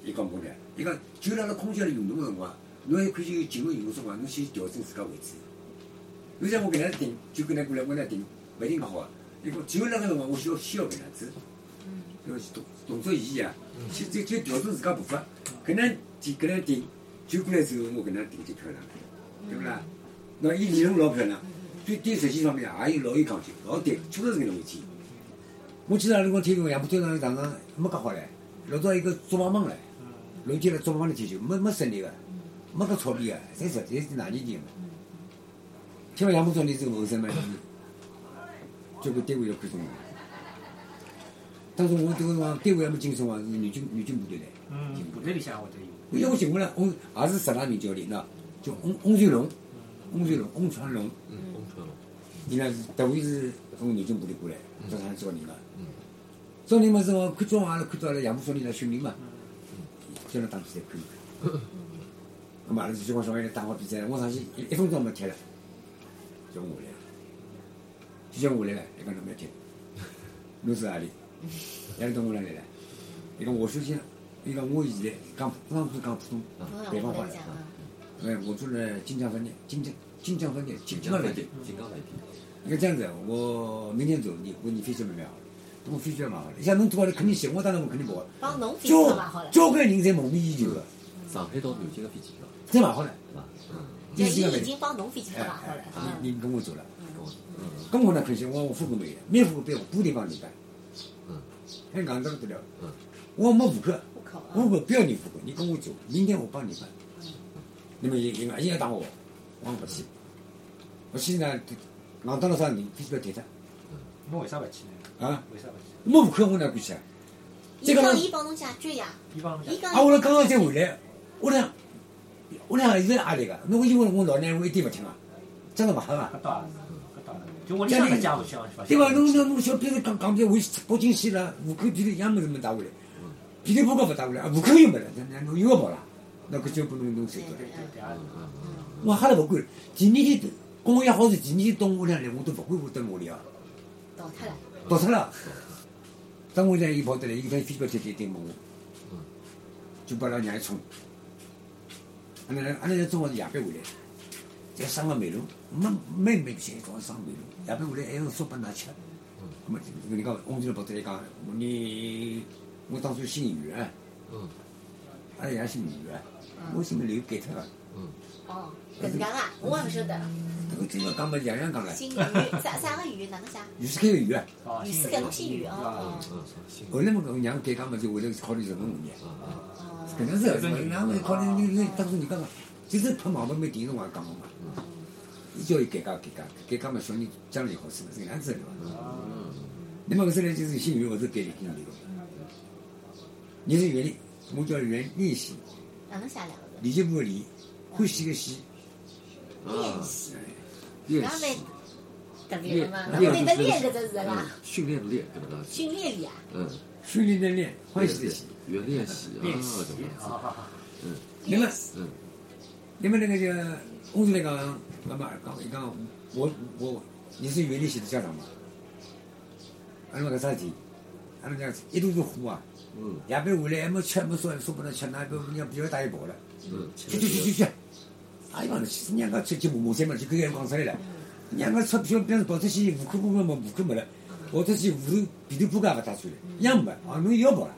伊讲我呢，伊讲就辣辣空间里运动个辰光，侬还可以有进入运动辰光，侬先调整自家位置。侬像我搿能顶，就搿能过来，我搿能顶，勿一定讲好啊。伊讲只有辣搿辰光，我需要需要搿能样子。要动动作仪啊，去就就调整自家步伐，搿能顶搿能顶，就过来之后我搿能顶就漂亮了，对勿啦？那伊理论老漂亮，啊对对实际方面也有老有讲究，老对，确实是搿能回事。我记得那辰光踢球，杨浦队长常常没介好唻，落到一个竹棒棒唻，落地了竹棒棒里踢球，没没室内个，没搿草皮个，侪是侪是哪里人个？听完杨浦队你是个后生嘛，交关单位要看中我。当时我这个辰光单位还没进松啊，是女军女军部队来。嗯，部队里向会得有，因为我寻过来，我也是十大名教练喏，叫翁翁传龙，翁传龙，翁传龙，嗯，翁传龙，伊拉是特别是从南京部队过来，到上海招人嘛。嗯。招人嘛是我看中阿拉看到阿拉夜幕少年来训练嘛，叫侬打比赛看一看。那么阿拉就光小孩来打好比赛，我上去一一分钟没踢了，叫我下来了，就叫我下来了，伊讲侬没踢，侬是何里？伊拉到我那来了，伊讲我首先，伊讲我现在讲普通是讲普通啊，侬北让嗯我方话来来讲啊。啊，哎，我住了晋江饭店，晋江晋江饭店，锦晋江江饭媒店体。，锦江媒体，你看这样子，我明天走，你我你飞机票买好了，等我飞机票买好了，像侬做好了肯定行，我当然我肯定不好。帮侬比交较嘛好了，交关人侪梦寐以求的，上海到南京的飞机票，侪买好了，对吧？嗯，那就是伊这个已问题。经帮侬飞机票哎买好了哎，，嗯你你跟我走了，跟我，嗯跟我那可惜，我我户口没有，没户口被我补贴帮你办，嗯还硬得不得了。嗯，我没户口，户口啊，户口不要你户口，你跟我走，明天我帮你办。那么伊伊硬要打我，我不去，不去呢，硬到了啥人，飞机票退脱侬为啥勿去呢？啊，为啥勿去？没户口我哪敢去啊？伊讲伊帮侬解决呀，伊帮侬讲伊，讲啊，我来刚刚才回来，我俩我俩还是压力个。侬因为我老难，我一点勿听啊，真个勿合啊。搿倒也是，搿倒也是，就屋里向勿讲勿想勿想。对伐？侬侬侬小别人讲讲别，回北京去了，户口地头也没什么打回来，地头报告勿打回来，户口又没了，那侬又要跑了，那搿就拨侬弄对谁做了？对嗯对啊，嗯嗯我哈拉勿管，第二天头跟我约好是第二天到我屋里来，我都勿管我蹲屋里啊，倒脱了，倒脱了。等我来伊跑得来，伊讲飞机票贴贴顶问我，就把拉娘一冲。阿拉阿拉正好是夜班回来，才生个梅龙，没没没不行，早上生梅龙，夜班回来还要烧拨㑚吃。那么人家翁进来跑得来讲，我你我当初姓袁，嗯阿拉爷姓袁，我姓刘改脱了。嗯，哦，搿是讲啊，我也勿晓得，搿个真个讲么样样讲了，姓于啥啥个于，哪能写？于是开个袁。哦，于是心搿里侬姓于哦嗯，嗯，行，后来嘛，搿娘改讲么就后来考虑成本问题。啊哦哦，搿能是，哪会考虑你你当初人家嘛，就是拍网文没电视我也讲过嘛。伊叫伊改革改革，改革嘛，小人将来好处嘛，是搿能样子的嘛。那么搿时候呢，就是姓袁，后头改了姓刘。你是袁立，我叫袁立喜，哪能写两个字？李进步的李，欢喜个喜，练习，练哪蛮习，特别的嘛，练哪会得练搿练只字啦？训练的练，对吧？训练里啊，嗯，训练的练， 예,欢喜的喜。原练习啊，练怎习么样？啊，那么，嗯那么那个就，翁子来讲，那么讲伊讲，我我你是袁立喜的家长嘛？俺们搿啥事体？俺们讲一肚子火啊！嗯夜班回来还没吃，还没烧，还说不能吃，那不人家不要带伊跑了，嗯，去去去去去！哎呀妈，其实人家吃吃磨磨三嘛，就搿样讲出来了。人家钞票，比方跑出去，户口本没户口没了，跑出去户头皮头铺盖勿带穿了，一样没啊！侬又要跑了，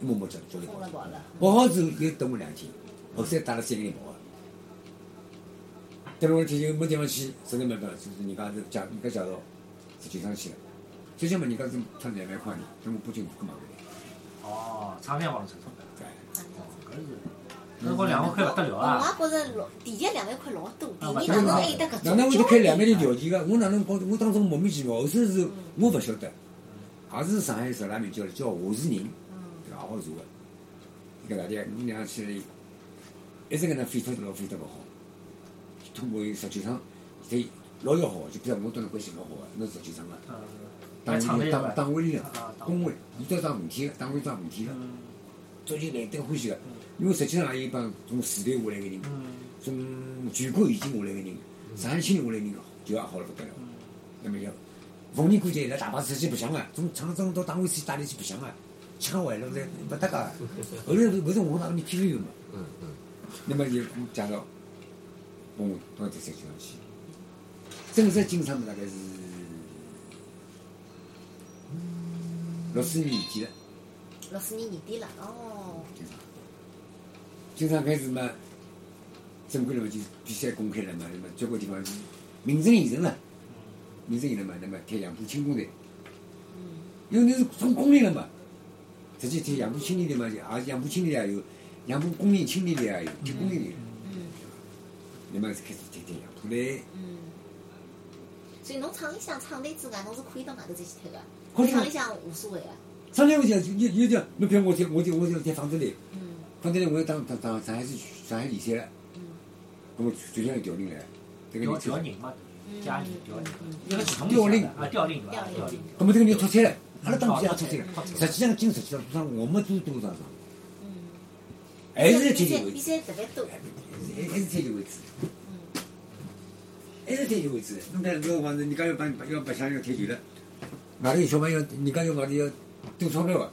默默叫叫伊疯跑了。跑了，跑好之后又等我两天，后头再带了三个人跑啊。等了我天就没地方去，实在没办法，就是人家是介人家介绍，是经常去了。最起码人家是赚两万块呢，等我北京户口买回来。哦，唱片帮侬出出的，对哦，搿是，搿光两万块勿得了啊，我也觉着老，第一两万块老多，第啊二哪勿得能了还有得搿种哪能会得开两万交的易条件个？我哪能搞？我当中莫名其妙，后头是我勿晓得，也是上海十大名叫叫华氏人，也好查个。伊搿大爹，侬娘去了，一直搿能飞脱老飞脱勿好。通过伊十九厂，现在老要好，就比如我跟侬关系老好啊个，侬十九厂个，嗯，还党唱委片党了，啊党委了，工会，伊都当媒体个，党委当媒体个，嗯足球队都欢喜个，因为实际上也有一帮从市队下来个人。嗯从全国引进下来个人，上海请下来个人就也好了不得了。那么要逢年过节，伊拉大巴车去白相啊，从厂长到单位去带你去白相啊，吃喝玩乐侪勿搭界。后来后头我那个人 P V 嘛，嗯嗯那么就介绍，我到第三经常去。正式进厂大概是六四年年底了，六四年年底了，哦，进厂。进厂开始嘛，正规了嘛就比赛公开了嘛，那么交关地方名正言顺了。民政有了嘛，那么贴杨浦轻工队，因为那是从工龄了嘛，直接贴杨浦青年队嘛，也是杨浦青年队也有，杨浦工龄青年队也有，贴工龄队，嗯那么开始贴贴杨浦嘞，嗯。所以侬厂里向厂队之外，侬是可以到外头再去踢个可以，啊厂里向无所谓个。上来我讲有有讲，侬比如我贴我贴我贴贴房子嘞，嗯房子嘞我要当当当上海市上海联赛了，嗯那么就像调人来，这个调人调人嘛，家里调令，一个系统调令性的啊，调令对伐？调令，那么这个就出差了，阿拉当时也出差了。实际上，进实际上上我们都都上上，嗯，还比是天赛理位比置，赛特别多，还还是天理位置，嗯，还是天理位置。那么那个房子，人家要把要白相要踢球了，外头有小朋友，人家要外头要赌钞票的，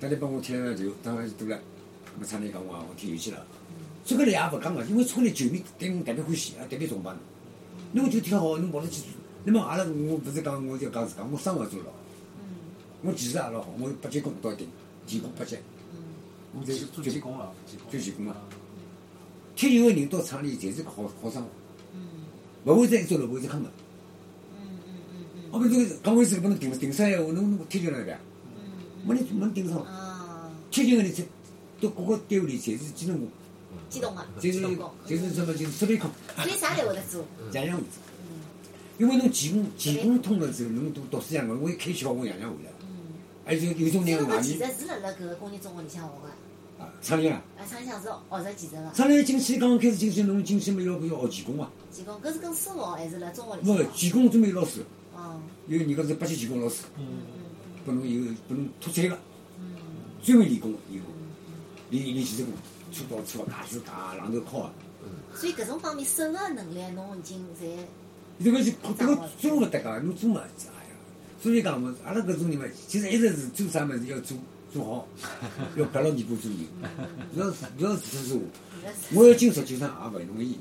他来帮我踢了球，当然是赌了。那么厂里讲我我踢游戏了，这个也勿讲个，因为村里球迷对我特别欢喜，也特别崇拜侬。侬就踢好，侬跑到去做。那么阿拉我不是讲我就讲自家，我生活做了。我技术也老好，我八级功到顶，全国八级。我就做做技工了，技工，做技工了踢球个人到厂里侪是好好生嗯活，勿会再一走路，勿会再坑的。嗯嗯嗯我们这个岗位是拨侬顶顶上闲话，侬侬踢球了呗？嗯没人没人顶上嗯，。啊，踢球个人侪到各个单位里侪是技能活， 어.激动啊，侪是激动，侪是什么就是十倍空，所以啥侪会得做，样样会做。嗯因为侬技工技工通了之后，侬读读书样个，我一开窍我样样会了。嗯，还有有种所以人侬外其面实是辣辣搿个工业中学里向学个，啊，厂里啊，啊，上里向是学着技术个，厂里进去刚开始进去，侬进去么要要学技工啊？技工搿是跟生活还是辣中学里向勿，学？技工专门有老师，哦，有人家是八级技工老师。嗯嗯，嗯拨侬有拨侬脱产了，嗯专门练功练功，练练技术功，搓刀搓打手打榔头敲。嗯，所以搿种方面手个能力侬已经侪，这个是这个做勿得个，侬做嘛？哎呀，所以讲嘛，阿拉搿种人嘛，其实一直是做啥物事要做做好，要白老尾巴做牛，不要不要自私自我。嗯我要进实际上也勿容易，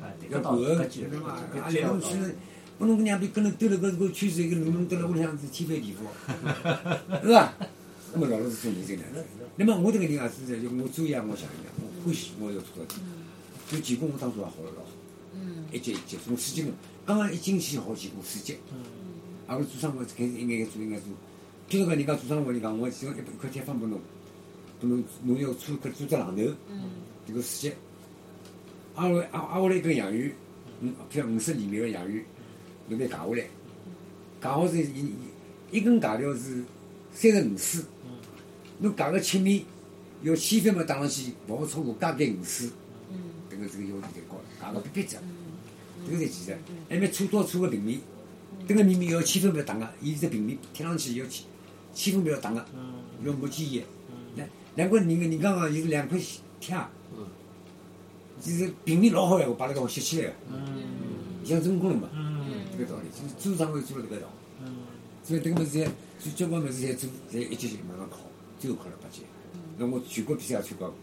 啊，迭要个管倒是搿句搿搿嘛，句阿搿句来倒侬是去，拨侬搿娘逼跟侬兜了搿个圈子一个侬侬兜了屋里向是天翻地覆，是伐？那么老老实实人真的。那么我这个人也是在，我做一样我想一样，我欢喜我要做到底。就技工我当初也学了老好，嗯一级一级从四级工，刚刚一进去学技工四级，阿拉做生活开始一眼一眼做一眼做。譬如讲人家做生活，人家我只要一一块铁方拨侬，拨侬侬要搓一块做只榔头。嗯这个啊世界，阿拉阿阿下来一根洋芋，嗯，譬如五十厘米的洋芋，侬拿夹下来，夹好是一一根夹条是三十五丝，侬夹个切面，要千万勿打上去，勿好超过加减五丝，嗯这个这个要求太高了，夹个笔笔直，嗯这个才技术。埃面搓刀搓个平面，这个平面要千万勿要打个，伊只平面贴上去要千千万勿要打个，嗯要没记忆。两两块人人家讲就是两块铁啊。嗯就是平面老好闲话，摆辣搿学起来个，像真功了嘛，嗯这个道理。就是做上会做了这个道理，嗯所以这个物事侪做交关物事侪做，侪一级级慢慢考，最后考了八级。那我全国比赛也参加过，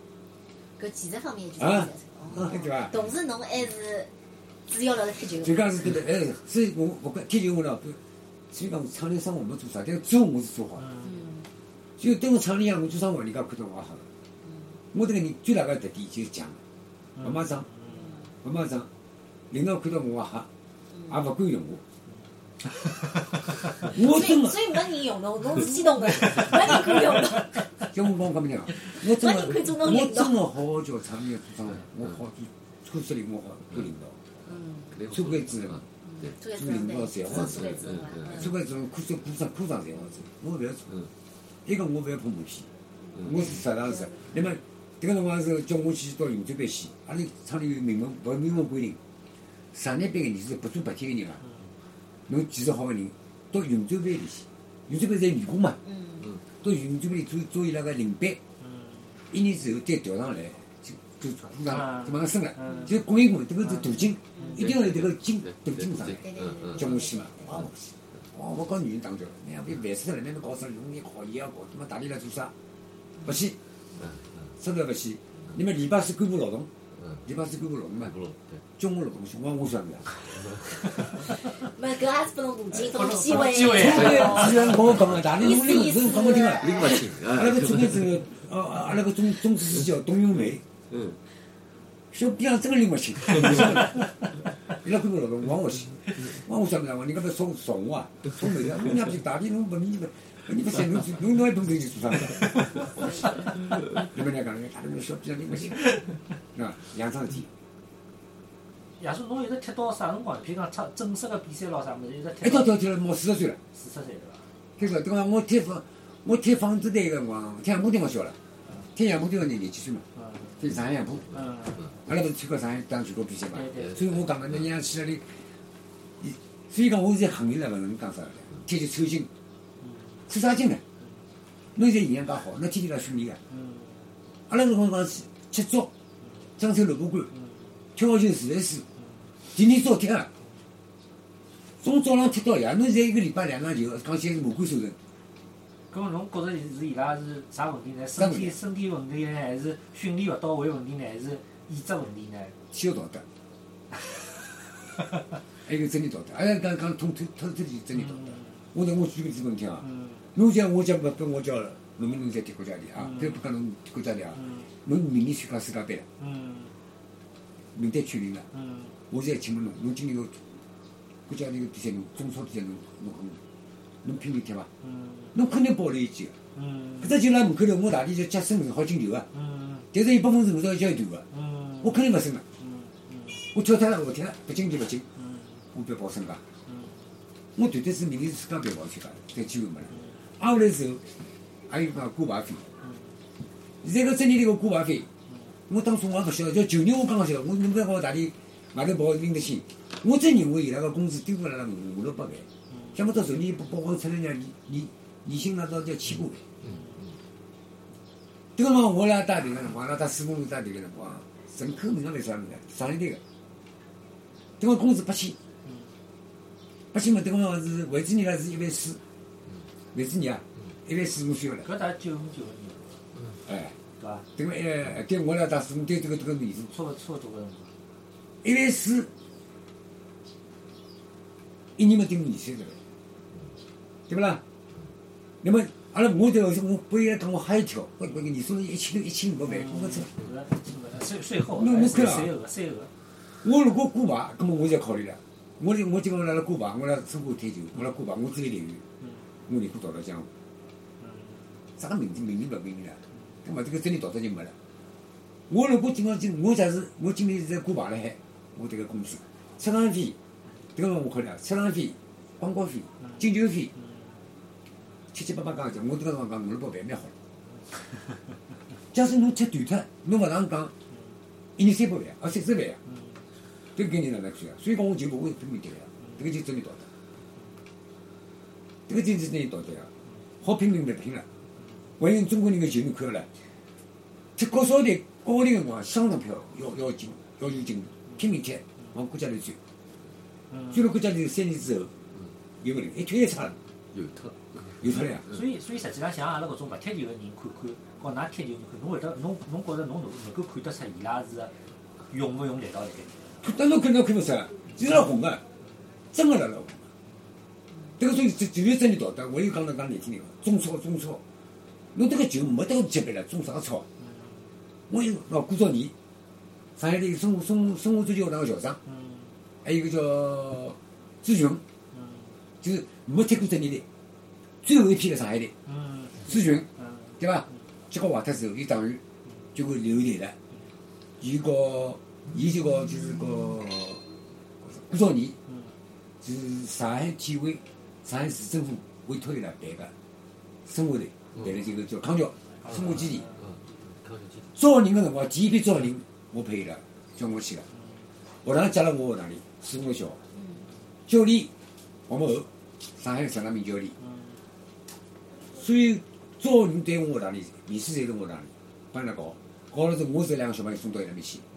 搿技术方面就是啊哦 对伐同时侬还是主要辣辣踢球就，讲是这个哎，所以我勿管踢球我了，所以讲我厂里生活没做啥，但是做我是做好了。嗯嗯就对我厂里向我做生活，人家看到我也好了。我这个人最大个特点就是强，勿马张，勿马张，领导看到我也黑，也勿敢用所以嗯所我。我真个。以没人用侬，侬是激动个，没人敢用侬。 叫我帮我讲，我真的我也可以做到我领导真的好好叫厂里做厂，我好做处理我好做领导，嗯，做规制嘛，对，做个做领导侪好做做个子嘛，做规制科长科长科长侪好做，我勿要做，嗯一个我勿要碰马屁，我是实打实。那么迭个辰光是叫我去到云州班去，阿拉厂里有明文勿明文规定，上班班个人是不做白天个人啊，侬技术好个人到云州班里去，云州班侪员工嘛，嗯到云州班里做做伊拉个领班。一年之后再调上来，就就就上就往上升了，就滚一滚，这个是镀金，一定要 네.有这个金镀金上来， 어,叫我去嘛，我不去，哦，我搞女人打交道，你要别烦死了，那么搞啥，容易搞也要搞，他妈打理来做啥？不去，嗯实在不去。你们礼拜四干部劳动，嗯礼拜四干部劳动嘛嗯，，不咯，对，叫我老公去，我我算不了。没搿也是拨侬途径，拨侬机机会会。突然之前跟我讲个，大理我领人讲不听啊。拎勿清，阿拉个组织是，呃，阿拉个中中指是叫董永梅。嗯，小逼样真个拎勿清，伊拉根本老公往我去，往我想不想人家不送送我啊，送没啊，我娘逼大理侬不你不你不想侬侬拿一本东西做啥？你们俩讲，大理侬小逼样拎勿清，啊，两桩事体，亚叔，侬一直踢到啥辰光？譬如讲，踢正式个比赛咯，啥物事，一直一踢到到到天了，毛四十岁了，四十岁对伐？对个，对伐？我贴房，我贴房子队个辰光，贴杨浦队我小了，贴杨浦队个人廿几岁嘛，嗯贴上海杨浦，嗯阿拉勿是参加上海当全国比赛嘛，对对 네.所以我讲个，那人家去那里，所以讲我现在行业了勿是侬讲啥了，天天啊抽筋，抽啥筋呢？侬现在营养介好，侬天天来训练个。嗯阿拉辰光讲吃粥，漳州萝卜干，嗯跳球自来水，天天早踢啊，从早浪踢到夜。侬现在一个礼拜两场球，讲起来是马杆手人，咁侬觉着是伊拉是啥问题呢？身体身体问题呢，还是训练勿到位问题呢，还是意志问题呢？需要道德。还有职业道德，还有讲讲通通通通是职业道德。我讲我举个例子给侬听啊，嗯侬讲我讲勿跟我叫农民侬在踢国家队啊，再不讲侬踢国家队啊，嗯侬明年参加世界杯了，嗯明天训练了，嗯我现在请问侬，侬今年个国家队个比赛侬中超比赛侬侬可能侬拼命踢伐？嗯侬肯定保留一啊记个。嗯搿只球辣门口头，我大弟就接身是好进球个，嗯但是伊百分之五十要交一段个，嗯啊我肯定勿升了，嗯我跳脱了，我踢了，不进就勿进，嗯我不要保身噶。嗯我团队是明年世界杯跑去噶，这机会没嗯了。挨下来之后，还有讲挂牌费，现在搿职业队个挂牌费，我当初我也勿晓得，叫旧年我刚刚晓得，我侬勿要讲我大弟外头跑拎得起，我真认为伊拉个工资丢勿了辣五六百万，想不到昨年包括出来年年年薪拿到要千把万。这个嘛，我来打这个辰光，阿拉打四公路打这个辰光，人口名额来啥物事？上一代个，这个工资八千，八千嘛，这个嘛是位置人啦是一万四，位置人啊，一万四我需要了，搿大概九五九六年，哎，对伐？这个呃，对我来打四公对这个这个名字，差勿差勿多搿辰光。一万四，一年嘛顶年薪了，对不啦？那么阿拉我对我我不要讲我吓一跳，我我年收入一千六一千五百万，我这。税税后，税后，税后，我如果挂牌，那么我就考虑了。我就我今朝辣辣挂牌，我辣中国踢球，我辣挂牌，我自己领域，嗯我连过道德奖，啥名字名利勿名利啦？那啊么这个真理道德就没了。我如果今朝今我假是我今年是在挂牌了海，我这个工资、出场费，这个我考虑了，出场费、广告费、进球费，七七八八讲讲，我这个辰光讲五六百万蛮好了。假使侬踢短脱，侬勿上讲，一年三百万啊，三十万啊。嗯这个概念哪能去啊？所以讲我就不会拼命迭个呀，这个就真理道德，这个就是真理道德呀。好拼命勿拼了，还有中国人的球迷看勿啦？踢国少队、高龄辰光，相当票要要进，要求进，拼命踢，往国家队追。嗯。追了国家队三年之后，有勿灵，一踢一差了，有特，有出来啊？所以，所以实际浪向阿拉搿种勿踢球个人看看，告㑚踢球人看，侬会得，侬侬觉着侬能能够看得出伊拉是用勿用力道辣盖。但侬看侬看勿出啊，就是老红个，真个辣辣红个。迭个所以就就是真理道德，我又讲了讲难听点个，中超中超，侬迭个球没迭个级别了，中啥超？我有老过早年，上海的生活生活生活足球学堂个校长，嗯还有一个叫朱群，嗯就是没踢过职业队，最后一批来上海队，嗯朱群嗯对伐？结果坏脱之后，伊党员就会流泪了，伊和伊就和就是和过早年。嗯就是上海体委、上海市政府委托伊拉办个生活队，办了这个叫康桥生活基地。嗯，靠近基地，招人个辰光，第一批招人我配伊拉，叫我去了。学堂加了我学堂里，是我的小学。教练王某侯，上海陈大明教练。嗯所以招人对我学堂里，面试侪是我学堂里帮伊拉搞，搞了之后我这两个小朋友送到伊拉面去。嗯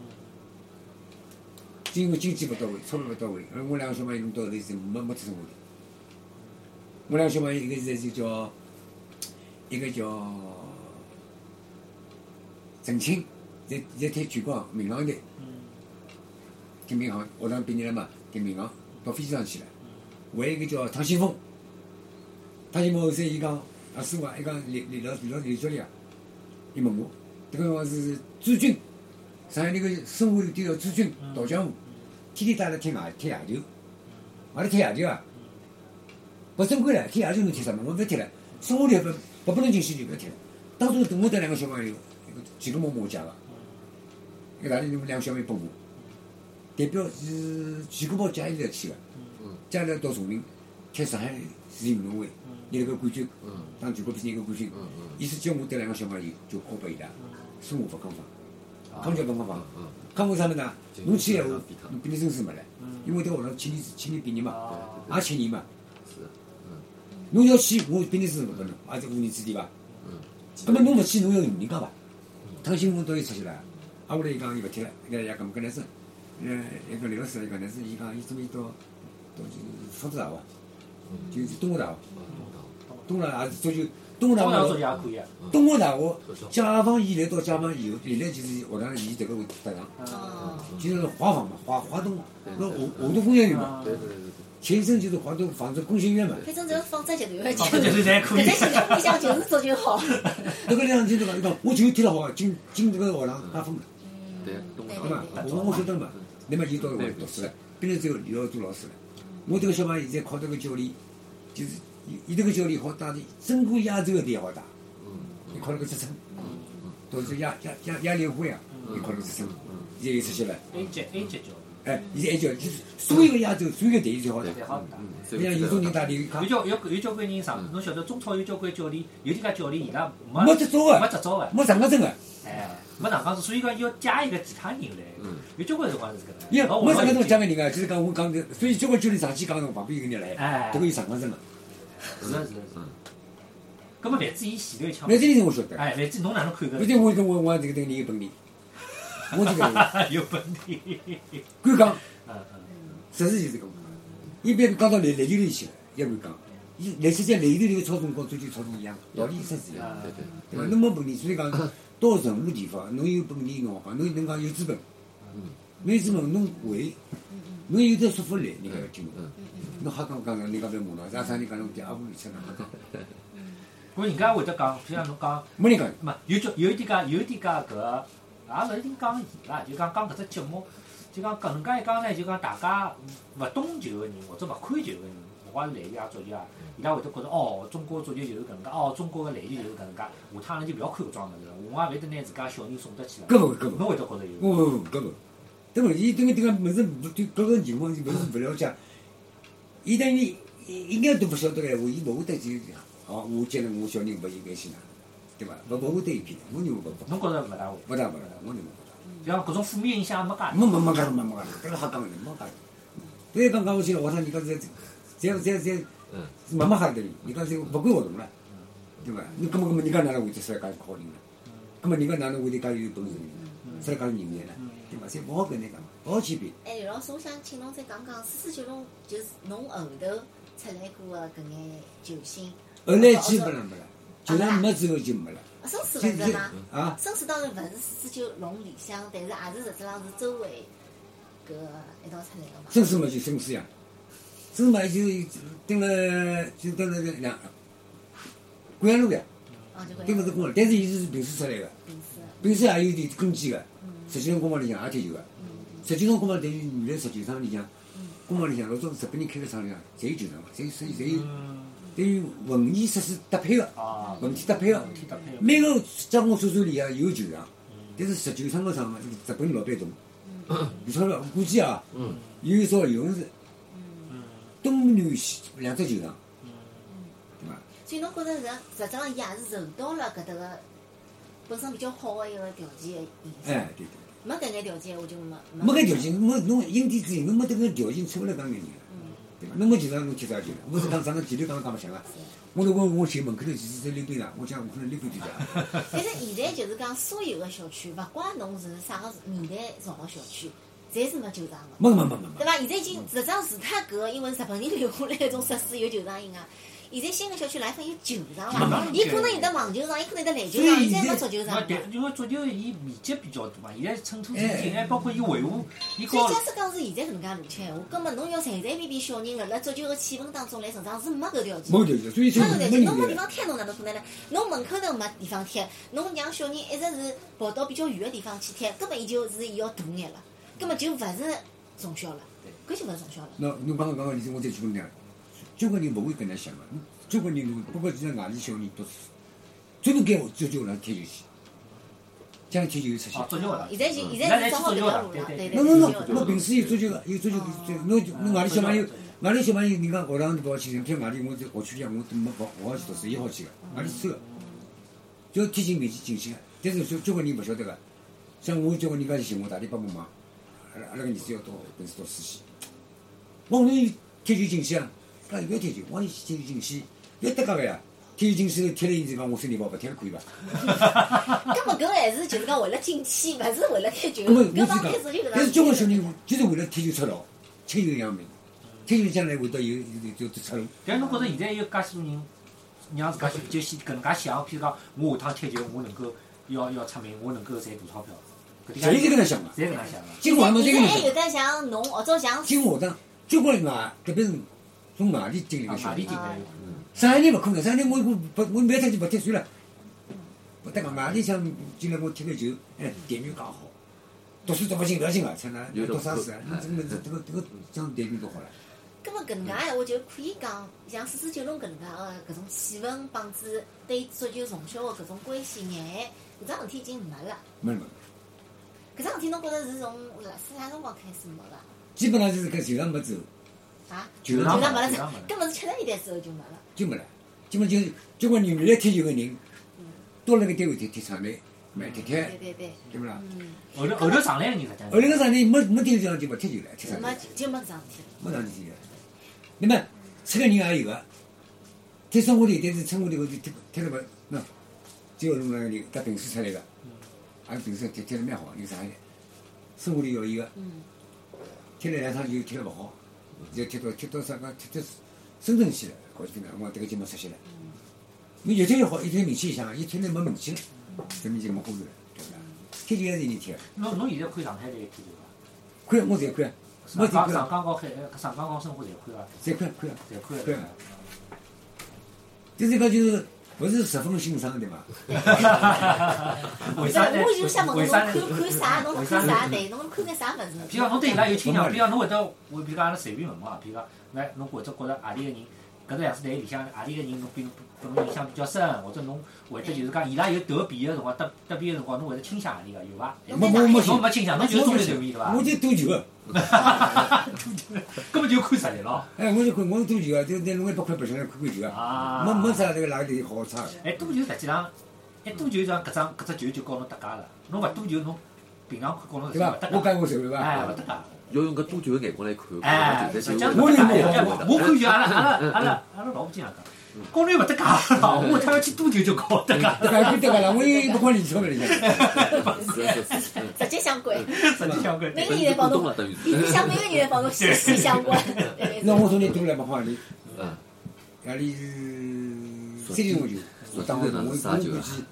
因为经济勿到位，钞票勿到位，而我两个小朋友弄到后头是没没出生活的。我两个小朋友一个现在就叫，一个叫陈清，现在踢全国民航队，嗯踢民航，学堂毕业了嘛，踢民航，到飞机上去了。嗯还有一个叫唐新峰，唐新峰后头伊讲，啊师傅啊，伊讲李李老李老李教练啊，伊问我，迭个辰光是朱军，上海那个生活里头叫朱军陶江湖，天天带阿拉踢外踢野球，阿拉踢野球啊，不正规了，踢野球侬踢啥么？我勿要踢了，生活里勿勿拨侬进去就勿要踢了。当初我带两个小朋友，一个几个毛毛家个，一个哪里侬们两个小朋友拨我，代表是全国跑家里头去个。将来到崇明，踢上海市运动会，拿了个冠军，当全国比赛一个冠军。伊是叫我带两个小朋友就交拨伊拉，生活勿刚方，刚叫帮帮帮，嗯，刚为啥么呢？就侬去闲话就比他，侬比你真水没来，嗯因为迭个学堂请你请你比你嘛，哦也请你嘛。是的，嗯侬要去，我比你真水没拨侬，也是五年之地伐？嗯，那么侬勿去，侬要人家伐？他新闻到伊出去了，啊，我来伊讲伊勿听了，伊拉伊讲搿男生，呃，一个刘老师伊讲男生，伊讲伊准备到到就是福州大学，就是东华大学，哦弄到东华大学足球，东中华央大做学，也可以啊。东华大学解放以来到解放以后，原来就是学堂以迭个为搭档，嗯哦，就是华房嘛，华华东，那华华东工学院嘛，嗯对对对对前身就是华东纺织工学院嘛，反正只要放只球要哦这就是侪可搿以只。球我想就是足球好。那个两天这个伊讲，我就踢了好，进进这个学堂打分了。对东对华对嘛，我我晓得嘛，那么伊到外头读书了，毕业之后伊要做老师了。我这个小朋友现在考这个教练，就是伊伊这个教练好带的，整个亚洲的也好带，嗯伊考了个职称，到是亚亚亚亚联会啊，伊考了个职称，음,现在又出去了。 A 级 A 级教哎，现在还叫就是所有的亚洲所有的队最好带 네.练，，侪好打。嗯，不像有种 네.人带队，有看交有有交关人上，侬晓得中超有交关教练，有啲介教练伊拉嗯没没得做没啊，执照个，没上个证啊，哎，没上岗证，所以讲要加一个其他人来嗯。有交关辰光是搿能。也老没上个老证讲个人啊，就是讲我讲的，所以交关教练上去讲旁边有人来，哎这，个有嗯上个证啊，是的是的是的。葛末万子伊前头一枪那，这里我晓得。哎，万子侬哪能看搿而且我跟我我这个这个人有本领， 我这个人个？ 有问题。敢讲，嗯嗯，实事求是讲，一般讲到篮篮球里去了，也敢讲。伊篮球在篮球里个操纵跟足球操纵一样，道理实是一样，对对，对伐？侬没本领，所以讲到任何地方，侬有本领，侬好讲，侬能讲有资本，嗯侬有资本，侬会，侬有点说服力，人家要听侬。嗯侬瞎讲讲，人家勿要骂侬，啥啥人讲啊侬点阿婆里向哪能讲？搿人家会得讲，譬如讲侬讲。没人讲，没有交有一点介有一点介搿，也勿一定讲伊拉，就讲讲搿只节目，就讲搿能介一讲呢，就讲大家勿懂球个人或者勿看球个人，勿管是篮球啊、足球啊，伊拉会得觉着哦，中国足球就是搿能介，哦，中国个篮球就是搿能介，下趟阿拉就勿要看搿桩物事了，我也勿会得拿自家小人送得去搿了。勿会，搿勿会。侬会得觉着有？我勿搿勿，对勿？伊等于这个物事勿对搿个情况是勿是勿了解，伊等于应该都勿晓得个闲话，伊勿会得就哦，我接了我小人勿应该去哪，对伐？勿勿会得一批的，我认为勿侬觉着勿大会？勿大勿大，我认为勿大。就讲搿种负面影响也没介大。没没没讲没没讲，搿个瞎讲的没讲。所以讲讲下去了，学堂人家侪侪侪侪嗯慢慢吓的，人家侪勿管活动了，对伐？侬搿么搿么人家哪能会得出来介考人呢？搿么人家哪能会得介有本事呢？出来介有人才呢？对伐？侪勿好跟人家讲，勿好去比。哎，刘老师，我想请侬再讲讲四四九龙，就是侬后头出来过的搿眼球星，后来基本上没了，就算没之后就没了。啊，生死勿现在是啦，啊，生死当然勿是四四九龙里向，但是也是实质上是周围搿一道出来的嘛。生死嘛就生死呀，生死嘛就蹲了就蹲了两桂安路呀，啊，就搿蹲了样是公安，但是伊是平时出来的，名字，平时也有点根基的。实际上公安里向也踢球的，实际上公安等于原来十球场里向，公安里向老早日本人开个场里向，侪有球场，侪有侪有侪有嗯，等于文艺设施搭配的，啊，文体搭配的。天搭配合。每个加工宿舍里啊有球场，嗯但是十九场个场日本老板懂，你说了估计啊，嗯有一艘游泳池，嗯东南西两只球场，嗯，对伐？所以侬觉着实实质上伊也是受到了搿搭个本身比较好的一个条件的影响。哎，对对，没搿眼条件，我就没没搿条件，没侬因地制宜，侬没迭个条件出勿来讲眼人，对伐？侬没球场，侬踢啥球呢？我是讲上个前头讲讲白相啊，我如果我寻门口头其实在溜冰啊场，我讲我可能溜冰就得，但是现在就是讲，所有的小区，勿怪侬是啥个年代造个小区，侪是没球场的，没没没没没对，伐？现在已经实质上除脱搿个，因为日本人留下来一种设施有球场以外，啊现在新的小区来发现有球场了，伊可能有得网球场，伊可能有得篮球场，现在没足球场没了。对，因为足球伊面积比较大嘛，现在寸土寸哎金，还包括伊维护，伊所以搞啊假使讲是现在搿能介路腔闲话，葛末侬要随随便便小人辣辣足球个气氛当中来成长是没搿条件。没条件，所以就没有条没件，侬没地人来。方贴，侬哪能可能呢？侬门口头没地方贴，侬让小人一直是跑到比较远的地方去贴，根本伊就是伊要大眼了，根本就勿是从小了，搿就勿是从小了。那侬刚刚讲个例子，我再举个例，交关人勿会搿能想个，交关人如果包括现在外地小人读书，最能该追求哪踢球去，将来踢球出去啊，。足球了。现在就现在是正好搿条路了，对对侬侬侬，对。哦侬平时有追求个，有追求追，侬就侬外地小朋友，外地小朋友人家学堂都勿好去，像外地我在学区里向我都没勿勿好去读书，伊嗯啊好去个，外地收个，只要贴近面积进去个。但是交交关人勿晓得个，像我叫人家去寻我，大力帮帮忙。阿拉阿拉个儿子要到本市读书去，往南踢球进去啊！阿拉勿要踢球，往南踢球进去，勿要搭嘎个呀！踢球进去头踢了伊就讲我身体勿好，勿踢了可以伐？搿么搿还是就是讲为了进去，勿是为了踢球。那么我搿就帮开讲始就搿，但样是交关小子。人就是为了踢球出路，踢球养命，踢球将来会得有有有有出路。但侬觉着现在有介许多人，让自家就先搿能介想，譬如讲，我下趟踢球，我能够要要出名，我能够赚大钞票。搿侪是搿点能想个，侪搿能介想个。今我还没现这在还个想有。点像侬或者像进学堂，交关人嘛，特别是从外地进来啊个小外地人，进来有，上海人勿可能，上海人我我不我每趟就勿踢算了，勿搭讲外地像进来我踢个球，哎，待遇介好，读书读勿进勿要紧个，像哪有读种啥苦书啊？你这个么子这个这个这样待遇多好了。搿么搿能介闲话，就可以讲像四四九弄搿能介哦个搿种气氛，帮子对足球从小个搿种关系眼，搿桩事体已经没了。没没，搿桩事体侬觉着是从辣是啥辰光开始没个？基本上就是搿球场没走，啊？球就场是没没了就是没了，搿么是七十年代之后就没了。就没了，基本就是交关人来踢球个人，到了个单位踢踢场内，买踢踢，对对对，对啊不啦？嗯，后头后头上来个人实际上。后来个场内没没踢球场就勿踢球了，踢场内没。就没搿桩事体了。没上去个。那么这个人也有个，在生活里，但是生活里头就踢踢了不，那最后弄了个他平时出来个，俺平时踢踢了蛮好，有啥呢？生活里有一个，嗯，踢了两场球踢了勿好，就踢到踢到啥个踢到深圳去了，搞起来，我这个节目出息了。你越踢越好，一天名气响，一天呢没名气了，说明就没过头了，对不啦？踢球还是人踢，侬侬现在看上海队踢球伐？看我侪看，没上侪港上看，港和海上港和申花侪看伐？侪看看。侪看啊对啊了。就是讲就是不是十分欣赏对伐？ 为对啥呢？我就想问侬为啥呢？看看啥？侬看啥对？侬看个啥物事？譬如讲，侬对伊拉有倾向，譬如讲，侬会得，我譬如讲，阿拉随便问问啊，譬如讲，来，侬或者觉着何里个人，搿只两支队里向何里个人，侬比侬拨侬印象比较深，或者侬会得就是讲，伊拉有得比个辰光，得得比个辰光，侬会得倾向何里个有伐？侬没在没哪没里信侬没倾向，侬就是中立球迷对伐我？就啊赌球个，根本就看实力咯。哎，我就看，我是赌球个，就是拿弄一百块白相来看看球啊，啊，没没。啥这个哪个地方好差个。哎，赌球实际上，哎，赌球上搿张搿只球就告侬搭界了。侬勿赌球，侬平常看告侬实对际上伐勿搭？我界，讲我手对哎，伐？勿搭界。要用个多久的眼光来看，哎，这实些际上我我也看没球，有我看球，阿拉阿拉阿拉阿拉老婆经常讲，高头勿搭界了，我他妈去赌球就搞搭界。 对伐？对伐啦？我有一百块零钞票里向，直接相关，实际相关。每个人帮动侬，了等于，比比像每个人帮侬息息相关。对那我从那赌了一百块里，嗯，阿里是三零块球，我当时我我估计，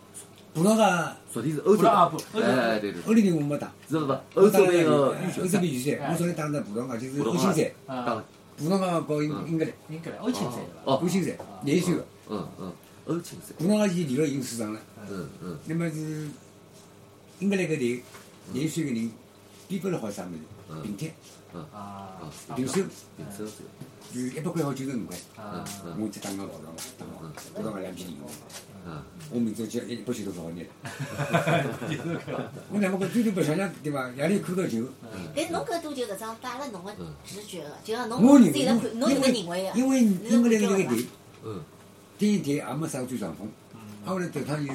葡萄牙昨天是欧不洲是，啊，不，哎对对，欧联杯我没打，是不是？我欧打洲了那个预欧选洲赛杯预选，我昨天打的葡萄牙嗯就是欧青赛，打啊，了，葡萄牙和英英格兰，应该来，欧青赛对吧？哦欧，青赛廿一岁个，嗯嗯，欧青赛，葡萄牙现在联赛已经市场了。嗯嗯，那么是英格兰个人，廿岁个人，比不了好啥物事，嗯平摊，啊，平手，平手赛，就是一百块好九十五块，啊，我只打个老长嘛，打嗯个老长两千零五，嗯我明朝就一百九十多拿了。就是 搿样。我两个搿最多白相相对伐？夜里看到球，但哎是侬搿赌球搿桩带了侬个直觉个，就像侬我认自己辣看，侬有个认为啊为个。因为英格兰个那个队，嗯第一队也没啥最上风，啊后来头趟又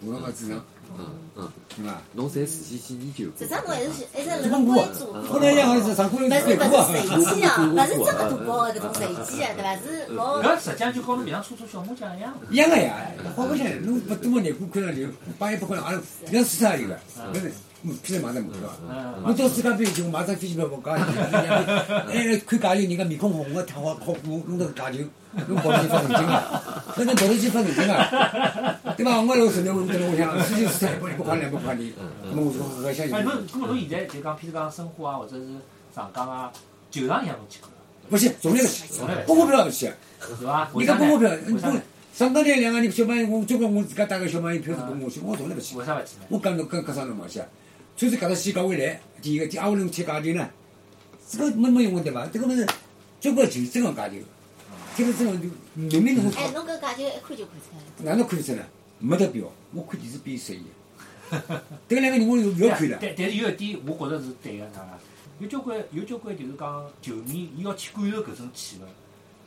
葡萄牙主场，嗯嗯，对伐？侬侪事先去研究，实际上侬还是一直辣这辣帮关我注，，后来也好像是上过勿来是是勿最过啊，是随机啊，勿是真个赌博个搿种随机啊个，对伐？是哦老搿实际上就跟侬平常搓搓小麻将一样。一样个呀，花不起来，侬不多么难过看上流，帮一百块，阿拉人家市场有个，不是，嗯，现在马上门票。嗯，我到世界杯以前，我马上飞机票我加钱，哎，看假球，人家面孔红个，烫好好我弄到假球，弄跑去发神经啊，那能跑得去发神经啊，对吧？我老神经，我跟我讲，世界市场一百一百块两百块的，那么我说我相哎，信，侬搿么侬现在就讲，譬如讲申花啊，或者是上港啊，球场里向侬去看伐？不是，从来不去，包我票不去，对伐？人为家啥包我呢？票，为啥你？上当天两个人小朋友，我交关我自家带个小朋友票子拨我去，我从来不去。为啥勿去呢？我讲侬跟跟啥侬往下，穿着搿只西搞回来，第一个，第二个侬踢假球呢，这个没没用的对伐？这个物事，交关球真个假球，踢了真个就明明侬哎，侬搿假球一看就看出来了。哪能看出来？没得标，我看电视比随意。迭两个人我就勿要看了，啊但但是有一点，我觉着是对个，啥啦？有交关有交关就是讲球迷，伊要去感受搿种气氛。啊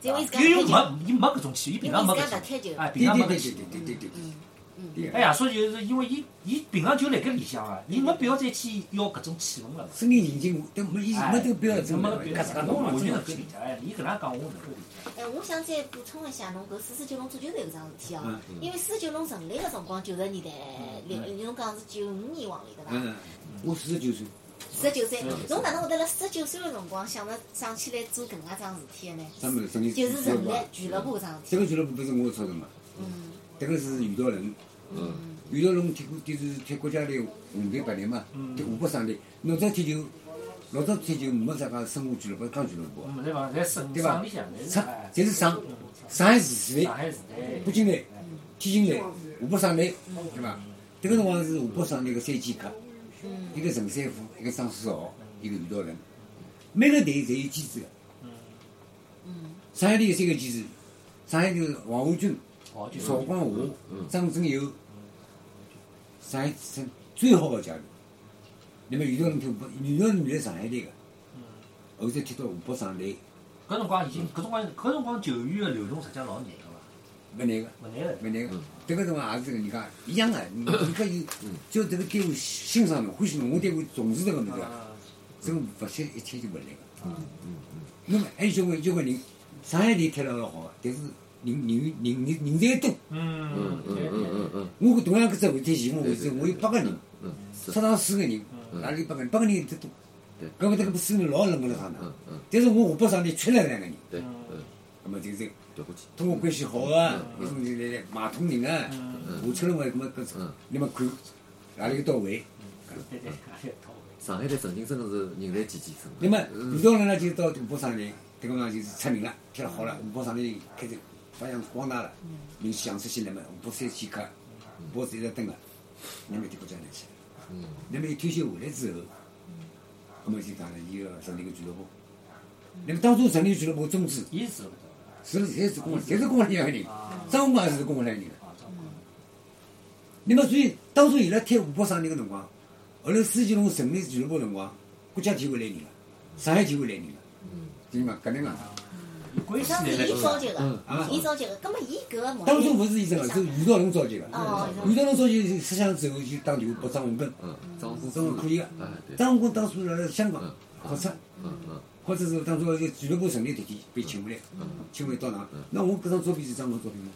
因为自家因为踢球，没伊没搿种气，伊平因常没为搿自家种勿踢球。哎，对平常对没搿对对气对。对对对，嗯，嗯对哎个，呀，所以就是因为伊伊平常就辣盖里向啊，伊没必要再去要搿种气氛了嘛。生理年纪都没意思，哎没得标准没了得。标准，搿侬完全能够理解。哎，你搿能讲我能够理解。哎，我想再补充一下，侬搿四十九弄足球队搿桩事体哦嗯，因为四十九弄成立个辰光九十年代，零侬讲是九五年往里对伐？嗯，我四十九岁，四十九岁嗯，侬哪能会得辣四十九岁个辰光想着想起来做搿能介桩事体个呢？专门成立就是俱乐成部立啊。俱乐部搿桩事嗯这体。个俱乐部不是我操的嘛，嗯这个是余道人，嗯，余道人踢过就是踢国家队红队白队嘛，踢湖北省队。老早踢球，老早踢球没啥讲生活俱乐部、钢俱乐部啊，嗯，来伐？在省对吧省里向，来上哎侪是上上海市队上、海市队北京队、天津队、湖北省队，对伐？这个辰光是湖北省队个三剑客，嗯一个陈三富，一个张世豪，一个余道人，每个队侪有机制的。嗯上海队有三个机制，上海队王华军。哦，就是邵光华嗯、张振友，上海省最好的教练。那么余道人踢湖北，余道人原来上海队的，后头踢到湖北省队，搿辰光已经，搿辰光搿辰光球员的流动实际上老难个嘛，不难个，勿难了。不难个嗯。这个辰光也是人家一样的，你你搿有嗯只要这个单位欣赏侬、欢喜侬，我单位重视这个物事啊，啊这个勿惜一切就勿来个。嗯那么还有交关交关人，上海队踢了老好的，但是人人人人人才多。嗯嗯嗯对嗯对嗯嗯我同样搿只会踢前锋位置，我有八个人。嗯，是出场四个人，哪里八个人？八个人最多。对搿么这个四个人老冷个了上嗯场，嗯，但是我湖北省队缺了两个人，对，嗯，那么就是调过去，通过关系好个，为什么就来来买通人啊？我出了我搿么搿嗯那么看哪里个到位？对对，还有套上海队曾经真的是人才济济，那么嗯李道人呢就到湖北省队，这个嘛就是出名了，踢了好嗯了，湖北省队开始发扬光大了，人响出起来嘛，湖北三剑客，湖北一直蹲个，那么就国家队去了。嗯那么一退休回来之后，那么就当然伊要成立个俱乐部。那么当初成立俱乐部宗旨，伊是勿得是侪是嗯工，侪是工人人，啊张光也是工人人。啊，照顾那么所以当初伊拉踢湖北省那个辰光，后来施锦龙成立俱乐部的辰光，国家体会来人了，上海体会来人了，嗯对嘛？搿能啊。有关实系际上是来伊召集嗯个，伊召集个，葛末伊搿个目当初的不是伊这个，是余道龙召集的。余道龙召集思想之后就打电话拨张文根，哦嗯，张公张文可以个哎对，，张文根当初辣辣香港嗯考察。嗯嗯或者是当初俱乐部成立迭天被请回来，请回来到哪？嗯那我搿张照片是张文照片吗？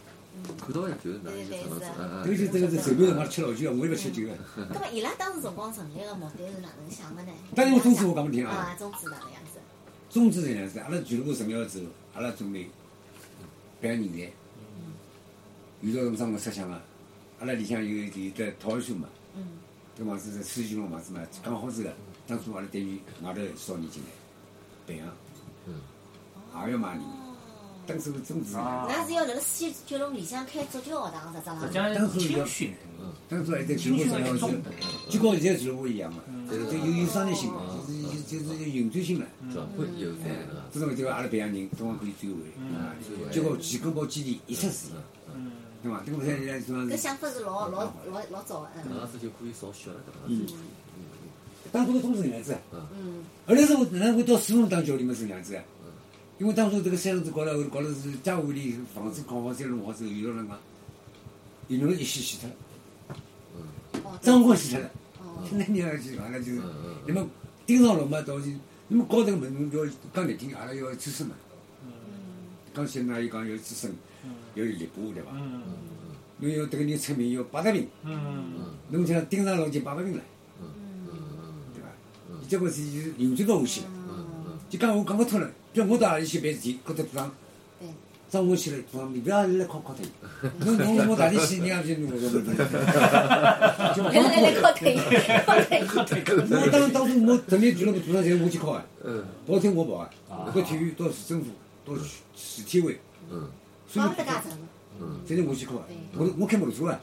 看到呀，就是哪一只场子，搿就这个是随便辰光吃老酒，啊我也勿吃酒个。葛末伊拉当时辰光成立个目的是哪能想个呢？当然我宗旨我讲拨你听啊啊，宗旨哪能样子？宗旨是这样子，阿拉俱乐部成立了之后，阿拉准备培养人才。有道辰光我设想啊，阿拉里向有有得陶艺社嘛，嗯搿房子是四九弄房子嘛，刚好是个。当初阿拉对于外头少年进来培养，嗯也要买人。哦。当初宗旨是这样，啊，那是要辣辣四九九龙里向开足球学堂实质实上际是，上是青训，当初还在俱青乐训部成立是了之后中。等，就跟现在俱乐部一样嘛，嗯就是有有商业性嘛，就是就是有运转性嘛。转会有哎才能啊，，这种就阿拉培养人，中央可以追回嗯啊追回。结果几个包基地一出事，嗯，对伐？这个现在中搿央是，想法是老老老老早个，搿嗯样子就可以少血了，搿样嗯子，，当初的宗旨是这样子，嗯后来是我然后到四龙当教练嘛是这样子，啊因为当初这个三龙子搞了搞了是家屋里房子搞好三弄好之后，有的人讲，有的人一死死脱了，哦，张光死脱了，哦，那你要去完了就是嗯嗯，那么盯上了嘛，到时那么搞这个门要讲难听，阿拉要出身嘛。嗯刚才呢，伊讲要资深，嗯要有力度，对伐？嗯侬要迭个人出名要摆得平，嗯侬像盯上了就摆勿平了，对伐？嗯伊结果是有这个欢喜了，嗯，就讲我讲勿通了，叫我到阿里去办事体，觉得地方对，张我去了，地方不要来靠靠他，侬侬我哪里去，人家就我我来来来，靠腿，靠腿，我当当初我成立俱乐部多少钱我去靠啊，嗯跑天我跑啊，搿体育到市政府到市体委，嗯所以帮得介成，嗯反正我去靠啊，我我开摩托车啊，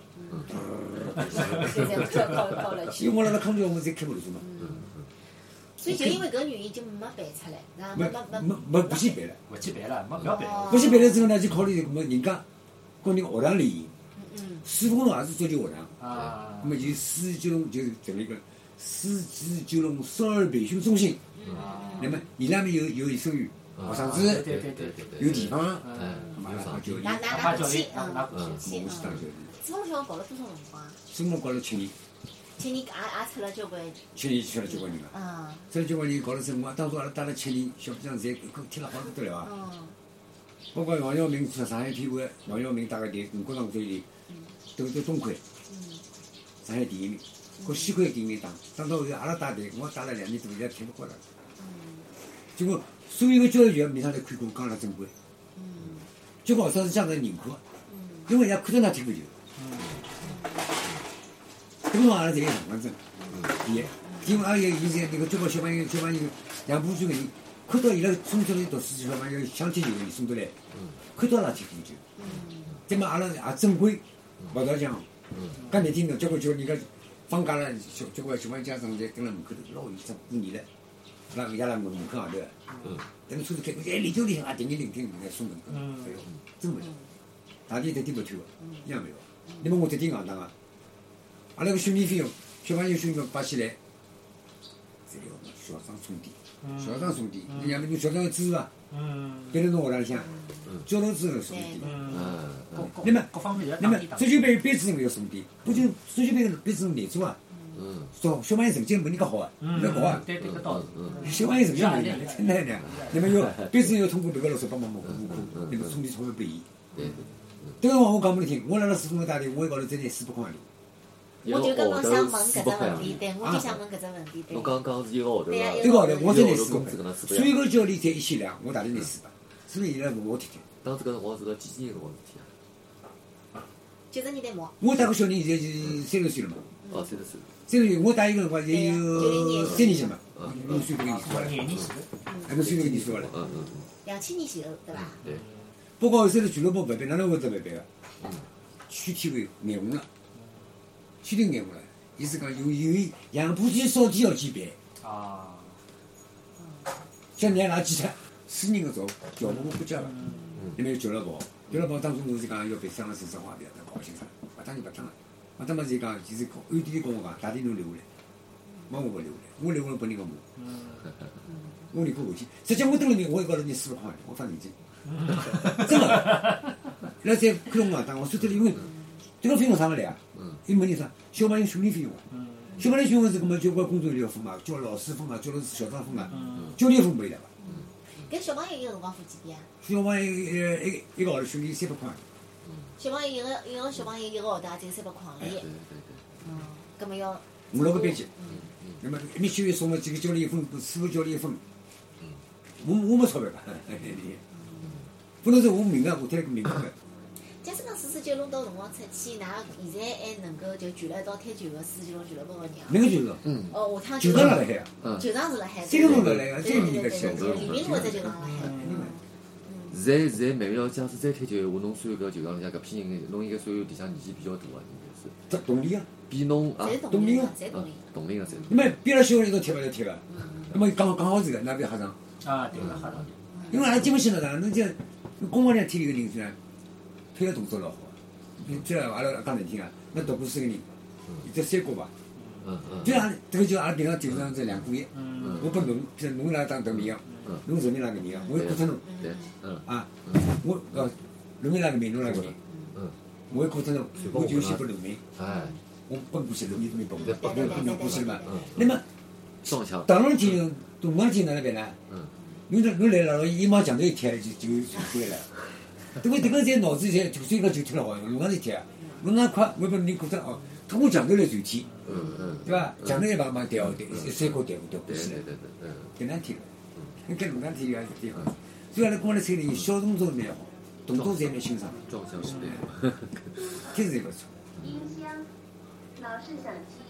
现在靠靠靠了去因。为我辣辣康桥我侪开摩托车嘛。所以就因为搿原因就没办出来，然后没没没没没不去办了，勿去办了，没勿要办了，不去办了之后呢，就考虑么人家跟人学堂联谊，嗯四分路也是足球学堂，啊那，么就四九龙就是成立一个四四九龙少儿培训中心，啊那么伊拉面有有医生员、学生对子，对对对对，有地方，哎，嗯，马拉教拿练，拿哪怕拿教过去练，哪啊，哪过去，去我是当教练，从小跳舞搞了多少辰光啊？苏木搞了七年，今年也也出了交关，七年去了交关人了。嗯这交关人搞了辰光，当初阿拉带了七年，小姑娘侪踢了好不得了啊！嗯包括王耀明出上海天舞，王耀明大概在五角场队里都都东块，嗯上海第一名，和西块第一名打。打到后头阿拉带队，我带了两年多，现在踢不过了。嗯结果所有的教育局面上来看过，讲了正规，嗯结果学生是相当认可，嗯因为人家看到他踢过球。搿辰光阿拉侪有身份证，第一，嗯因为阿拉有现在那个中国小朋友、小朋友两部分个人，看到伊拉村庄里读书小朋友想踢球个人送到来，看到阿拉踢足球。嗯再么阿拉也正规，勿道讲，搿难听的，结果叫人家放假了，小结果小朋友家长侪跟辣门口头老远只过年了，拉伊拉辣门门口外头，嗯等侬车子开过去，哎，里头里向也定一聆听人家送门口，嗯哎哟，真勿嗯巧，大钿一点点勿贪个，一样没有。那么我特地硬当啊，阿拉个训练费用，哦小朋友训练费摆起来，侪要校长充抵，校长充抵，你要么侬校长要支持伐？嗯啊别人侬学堂里向嗯，教导支持送抵。嗯，嗯各嗯各那么各方面侪那么打足底球杯杯子是要送的，不就足球杯杯子是难做啊？嗯小小朋友成绩没人家好啊，嗯没搞啊，对对，搿倒是，小朋友成绩没人家，真的呢。那么要杯子要通过别个老师帮忙忙补补，那么充点钞票拨伊。对，这个话我讲拨你听，我辣辣四川大连，我一高头只拿四百块钿，一我个就刚刚号想头问四搿百只块问洋题，钿，对，我就想问搿只问题，对侬。刚刚是一个号头一个啊，号头我只拿四百块，所有个教练侪一千两，我大连拿四百，所以伊拉勿好踢踢。当时搿辰光是个几几年辰光事体啊？九十年代末，我带个小人现在是三十岁了嘛，哦，三十岁，三十岁我带伊个辰光也有三年前嘛，侬算拨伊我算了，廿年前，还没算拨伊算了。嗯嗯两千年前后，对伐？嗯，对，包括后头的俱乐部办办，哪能会得办办个？区体委眼红了，区里眼红了。意思讲有有意杨浦区少体要去办，啊，像伢哪记得私人个教教务我不接了，嗯那么有俱乐部，俱乐部当初我是讲要办三个市政化表，要搞清楚，勿当就勿当了。勿当嘛是讲，其实讲暗地里跟我讲，大点侬留下来，没我勿留下来，我留下来拨人家骂，嗯，我宁可回去。实际我蹲了面，我一高头拿四百块，我发神经，真个。伊拉侪看我戆当，我说这里因为这个费用啥勿来啊？嗯伊问你啥？小朋友训练费用啊？嗯小朋友训练是搿么交关工作人员要付嘛，交老师付嘛，交老师校长付嘛，嗯教练付没伊拉伐？搿小朋友一个辰光付几钿啊？小朋友一一一个号头训练三百块，小朋友一个一个小朋友一个号头也只有三百块对对钿，对，嗯，搿么要五六个班级，嗯那么一面休息送了几个教练一分，四个教练一分。我我没钞票吧？不能说我名额，我贴了个名额的。假使讲四四九弄到辰光出去，㑚现在还能够就聚了一道踢球个四四九弄俱乐部个人啊，名额就是嗯哦，下趟球场辣海啊，嗯，球场是辣海，三个弄辣海啊，对三个对对人个对去啊对，对，里面我在球场辣海，现在现在慢慢要假使再踢球闲话，侬算搿球场里向搿批人，侬应该算里向年纪比较大啊，应该是这动力啊。比侬啊侪同龄个，侪同啊龄同龄个侪。那么别了小孩一道贴勿要贴伐？那么讲讲好是个，那边黑上。啊，对了，哈因为阿拉基本性上，侬这公安里体育个人呢，配合动作老好。你这阿拉讲难听啊，那读过书个人，有这三个吧，嗯就嗯像这个就阿拉平常球场这两个月，嗯我拨侬，譬如侬拿当头名啊，侬随便拿个名啊，我也不出侬对，嗯啊，我呃，侬拿个名，侬拿个名，嗯，我也不出侬，我就先拨侬名，哎，我奔过去，侬也没拨我，对不对要对跟侬过去对了嘛。对，那么双枪，当然就东方进哪能办呢？嗯侬这侬来了，伊往墙头一贴就就就过来了。这个这个在脑子在就算个就贴了好，侬哪一贴啊？侬哪快，我不你觉得哦，通过墙头来传天，嗯嗯，对伐？墙头一把嘛对哦对，三角对对过对去对了，对对，嗯搿能贴个，你搿能贴个地方。所以阿拉公安村里小动作蛮好，动作侪蛮欣赏，撞枪是对，确实勿错。音箱、老式相机、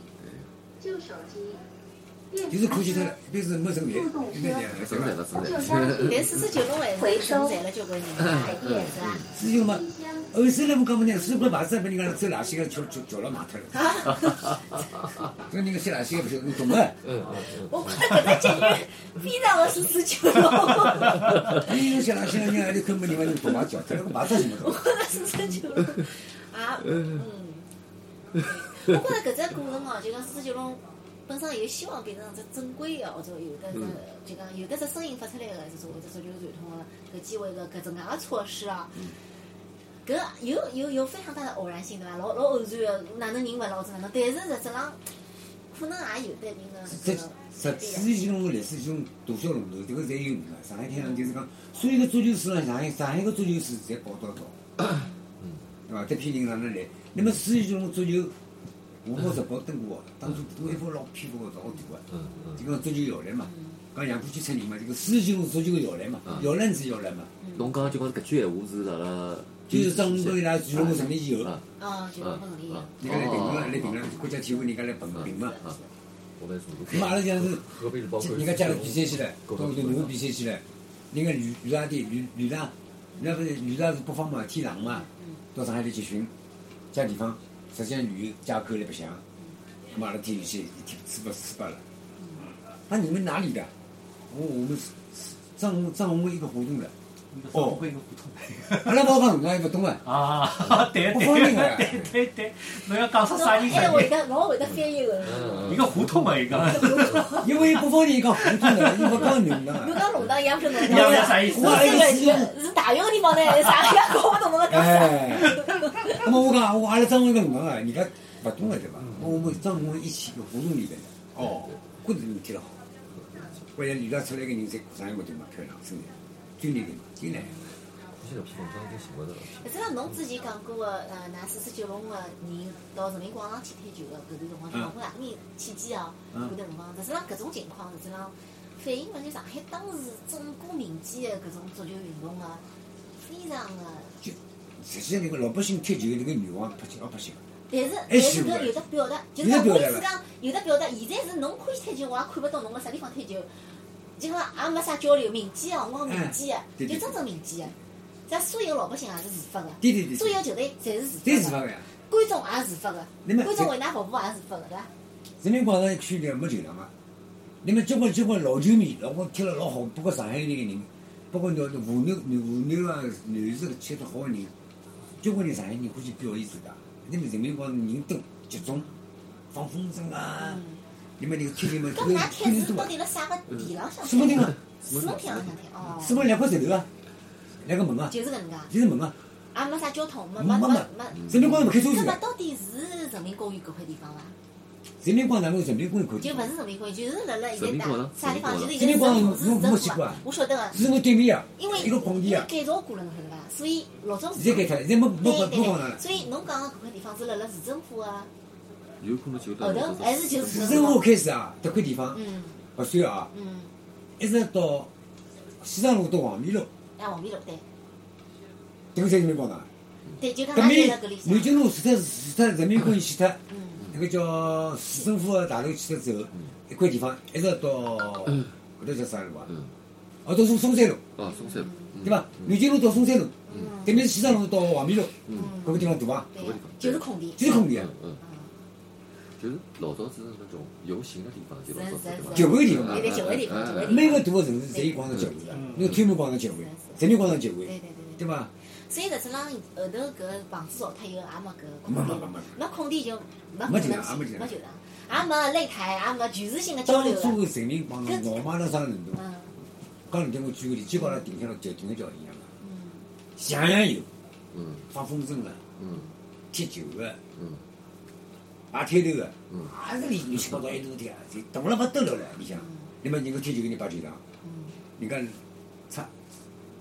旧手机、电就是可惜脱了，一辈子没成年，现在哎，两真来个了，真旧 来相了，但机、四四九弄还是承载了交关人啊，是伐？是有嘛？音箱、后头来我讲不呢，四块牌子被人家走垃圾个叫叫叫了卖脱了。这人家捡垃圾个不晓得，你懂的。嗯我觉得搿只节目非常的四四九弄，你有捡垃圾个人，还得根本人家就懂嘛，叫脱了，买脱什么我的。觉得四四九弄啊，嗯，我觉着搿只过程哦，就讲四四九弄。本身有希望变成只正规的，或者有的嗯只就讲有的嗯只声音发出来的，就是或者足球传统的搿几位个搿种介个措施啊，搿有有有非常大的偶然性，对伐？老老偶然的，哪能人勿老子哪能？但是实质上，可能也有对人的这这个实际上历史上大小龙头，这个侪有名个。上海滩上就是讲，所有的足球史上，上海上海个足球史侪报道到，对伐？这批人哪能来？那么世界上足球，我报日报登过，当初都一波老偏过，老大个。嗯嗯就讲足球摇篮嘛，讲杨浦区出人嘛，这个世界上足球个摇篮嘛，摇篮是摇篮嘛，侬讲就讲搿句闲话是辣辣就是张国伊拉全部成立以后，啊哦，就嗯啊不容易。啊，人家来评论了，来评论，国家体育会人家来评评嘛。啊，我们从那么阿拉讲是。河北是包括人家家里比赛去了，到后头我比赛去了，人家旅旅大队旅旅大，那不是旅大是北方嘛，天长嘛，到上海来集训，加地方，实际上旅游加购了白相，那么阿拉天天去一天吃不吃饱了。那你们哪里的？我我们是是张宏张宏伟一个活动的，哦，一个普通阿拉包讲人家不懂啊。 啊，对对对对对，侬要讲出啥人哎，会来？得老会得翻译个。嗯一个胡同嘛，一个，因为北方人讲胡同的，伊不讲侬的侬嘛。讲弄堂一样是弄一样堂是啥意是思我还这个以为是是大学个地方呢，啥也搞不懂侬在讲啥。哎，那么我讲，我阿拉张文个五啊，人家不懂了对吧？我们张文一起个活动里头的，哦，搿是人踢了好。关键女大出来个人在上海没对嘛，漂亮，真的，军队的嘛，进来。现在批文章已经写过的了。实际上，侬之前讲过个，呃，拿四十九弄个人到人民广场去踢球个搿段辰光，嗯我哪面契机哦，嗯搿段辰光，实际上搿种情况，实际上反映了就上海当时整个民间个搿种足球运动个非常个，实际上，那个老百姓踢球那个欲望拍起老百姓，但哎是但是搿有的表达，就是讲有我意得表达思讲有的表达，现在是侬欢喜踢球，我也看勿到侬辣啥地方踢球，就讲也没啥交流，民间哦，我讲民间个，嗯对就对真正民间个，咱所有老百姓也是自发个，对对对，所有球队侪是对自发是伐个，个呀？观众也是自发个。那么观众为㑚服务也是服个，对伐？人民广场区里没球场嘛，那么交关交关老球迷，老我踢了老好，包括上海那个人，包括那湖南、湖南啊、南市踢得好个人，交关人上海人过去表现自家。那么人民广场人多集中，放风筝啊，那么那个踢人嘛，搿踢㑚帖人子到多啊，底辣啥个地浪向？呃什么地方？四门厅浪向贴哦，什么两块石头啊，两个门啊，就是搿能介，就是门啊，也没啥交通，没没没没没没。人民广场没开车搿子么的，到底是人民公园搿块地方伐？啊人民广场跟人民公园就看勿的，是人民公园，就是辣辣人现民在广大场啥地方？就是人现在民广场政府是政侬没府去个过啊，我晓得个，是我对面啊，因为一个空地啊，改造过了侬晓得伐？所以老早现在改脱了，现在没没对没对广场了对，。所以侬讲个搿块地方是辣辣市政府个有可能就后头，还是就是市政府开始啊，迭块地方嗯不算啊，嗯，一直到西藏路到黄梅路，哎，黄面路对迭个才人民广场。对，就讲搿拉面就辣搿里向南，京路除脱除脱人民公园去脱，嗯。那个叫市政府的大楼去脱之后，一块地方一直到搿头叫啥路啊？嗯哦，到松松山路啊，松山对伐？南京路到松山路，嗯对面西藏路到黄梅路，嗯搿个地方大啊，对呀，就是空地。就是空地啊嗯，嗯，就是老早子那种游行的地方，就老早子对吧？九个地方啊有。点九个地方，九个地每方。个大个城市侪有广场集会的嗯，那个天安门广场集会，人民广场集会对，对对对。对伐？所以实质上后头搿房子造脱以后，也没搿空地了，没空地就没可没球能场没也没球场，也没擂台，也没全市性的交当流初了。个人民广场闹忙到啥程度？嗯刚才我举个例，基本上顶天了，就顶个叫一样的，嗯，样样有，嗯放风筝的，嗯踢球的，嗯摆摊头的，嗯还是里乱七八糟一大堆啊，就动了不得了了，你想，那么人家踢球给你摆球场，人家擦，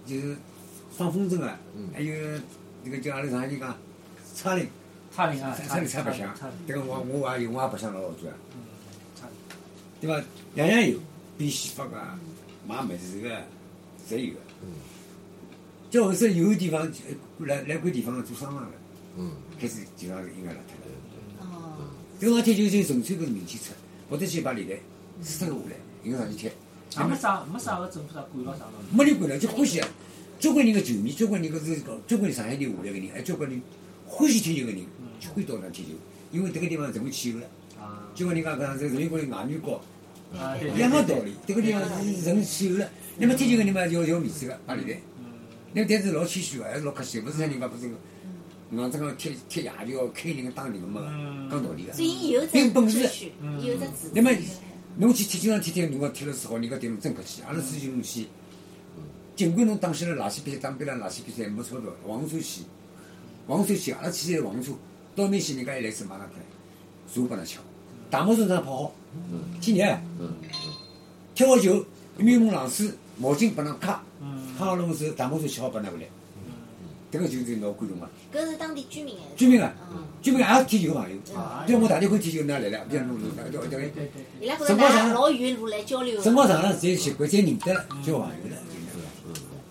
就是放风筝的嗯，啊还有那个叫阿拉上海人讲擦铃，差点啊，擦差铃点擦白相差点，，这个我我也有，我也白相了老久啊，嗯，差点。对伐？样样有，变戏法啊，买物事个，侪有个。嗯叫后头有个地方呃来来块地方做商场了，嗯开始就让应该邋遢了。哦，这个踢球就纯粹搿是名气出，跑得去把里台撕脱下来，应该上去踢。也没啥，没啥个政府啥管牢啥东西。没人管了，就欢喜啊！交关人个球迷，交关人个是讲，交关人上海人下来个人，还交关人欢喜踢球个人，就会到那踢球，因为迭个地方成为气候了。啊就讲人家讲，这人民公园外面高，啊，对一样个道理。迭个地方是成气候了，那么踢球个人嘛要要面子个，把里台。那但是老谦虚个，还是老客气，勿是像人家不是个，硬只讲踢踢野球开人个打人个没嗯个，讲道理个所。以有只秩序，有只秩序。那么侬去踢球场踢踢，侬讲踢了是好，人家对侬真客气，阿拉水军去。尽管侬打死了垃圾比赛，打别了垃圾比赛没钞票，黄山去，黄山去，阿拉去的黄山，到面去人家一来是买上来，茶拨㑚吃。大帽身上泡好，嗯去热，嗯踢好球，一面蒙冷水，毛巾拨㑚揩，揩好了么子，大帽身吃好拨㑚回来。迭个就是老感动个。搿是当地居民还是？居民啊嗯，居民也是踢球朋友，啊对我大家欢喜踢球，㑚来了，别弄弄，对对对对。对，伊拉觉着辰光长㑚了老远路来交流，辰光长了，侪习惯，侪认得了，交朋友了。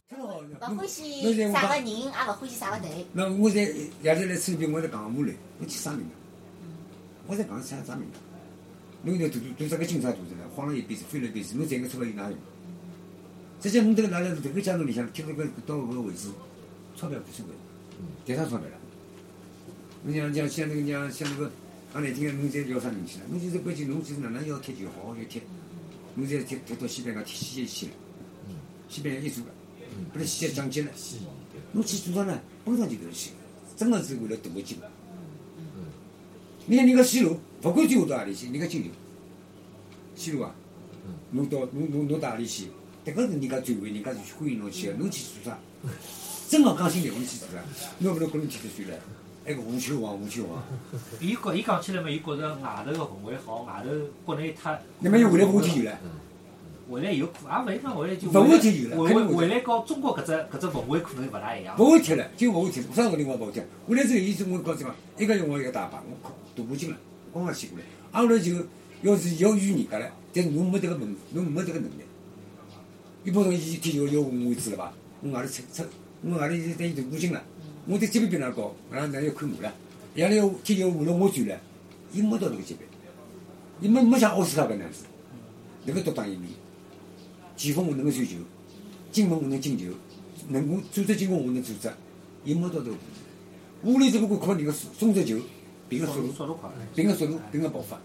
真好勿欢那喜是我啥个人，也勿欢喜啥个队。那我在夜头来吹边，我在讲我来，我去啥名堂？我在讲啥啥名堂？侬现在大大大只个警察大只了，晃了一边子，翻了一边子，侬赚个钞票有哪用？再讲侬迭个拿来迭个家庭里向贴了个到个位置，钞票无所谓，赚啥钞票了？侬像像像那个像像那个讲难听个，侬在要啥名气了？侬就是关键，侬就是哪能要贴就好好要贴，侬现在贴贴到西班牙贴西甲去了，西班牙一组了，不是西甲降级了。侬去做啥呢？本身就搿去，真的是为了镀个金。你看人家西路，勿管最后到何里去，人家进球。西路啊，侬到侬侬侬到何里去？迭个是人家最为人家是欢迎侬去的，侬去做啥？真的讲心里话，侬去做啥？侬勿能跟侬踢就算了，还个红球王红球王，伊觉伊讲起来嘛，伊觉着外头个氛围好，外头国内太，那么又回来我踢球了。回来有可，也勿一定回来就不回会来踢球了回肯定回不回会来和中国搿只搿只氛围可能勿大一样。不会踢了，就不会踢了，啥辰光勿会踢？我来之后，伊总我告诉我，一个月我一个大牌，我靠，大半斤了，刚刚去过来，挨下来就要是要怨人家了，但是侬没迭个能，侬没迭个能力。一般上伊踢球要我位置了吧？我外头出出，我外头现在大半斤了，我在级别边上高，哪能要看我了？夜里要踢球下来我转了，伊没到迭个级别，伊没没像奥斯卡搿能样子，能够独当一面，前锋我能够传球，进攻我能进球，能够组织进攻我能组织，伊没到头。武力只不过靠人家松只球，凭个速度，速度快，凭个速度，凭个爆发，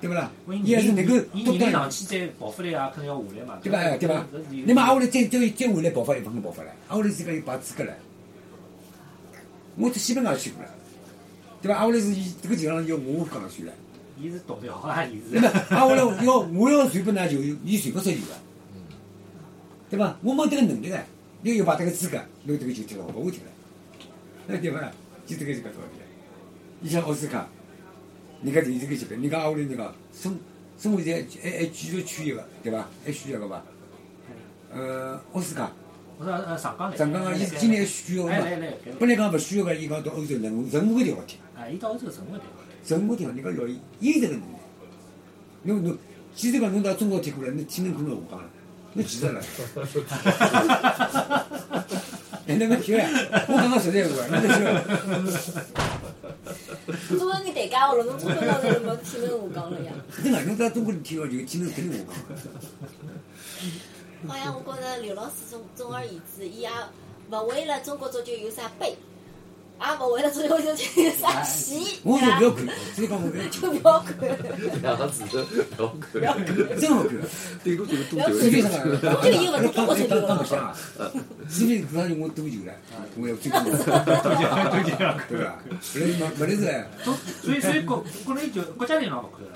对不啦？因为伊还是能够伊独年龄当上。去再爆发力啊，肯定要下来嘛。对吧？对吧？那么挨下来再再再回来爆发一分钟爆发了，挨下来自家又摆资格了。我到西班牙去过了，对吧？挨下来是伊这个球上要我讲算了。伊是动摇啊，伊是那么啊，我来要我要传拨㑚球，伊传不出球个，对伐？我没迭个能力个，你有把迭个资格，侬迭个球踢了，勿会踢了， 那对伐？就迭个是搿道理。你像奥斯卡，人家就是这个级别，人家阿下来人家生生活在还还继续缺一个，对伐？还需要一个伐？呃，奥斯卡，我说呃上港来，上港啊，伊是今年还需要个哎来嘛？来来，本来讲勿需要个，伊讲到欧洲任何任何地方踢。啊，伊到欧洲什么地方？怎么讲？人家要有这个能力。侬侬，其实讲侬到中国踢过来，侬体能可能下降了，侬记得了。哎，那么听啊，我刚刚实在话，那个啊听。作为你代驾好了，侬从头到尾没体能下降了呀。真的，侬到中国踢哦，就体能肯定下降了。哎好像我觉着刘老师总总而言之，伊也勿为了中国足球有啥悲，也勿为了中国足球有啥喜，哎我对伐是不要看，所以讲我不要看，就不要看。两个字的老可爱，真好看。顶多就是多久所以一啥？次？当当当当想啊，除非搿趟我多球了，我要追求，对对对对。对伐？不然没不然是所所以所以国国内就国家队侬勿看了，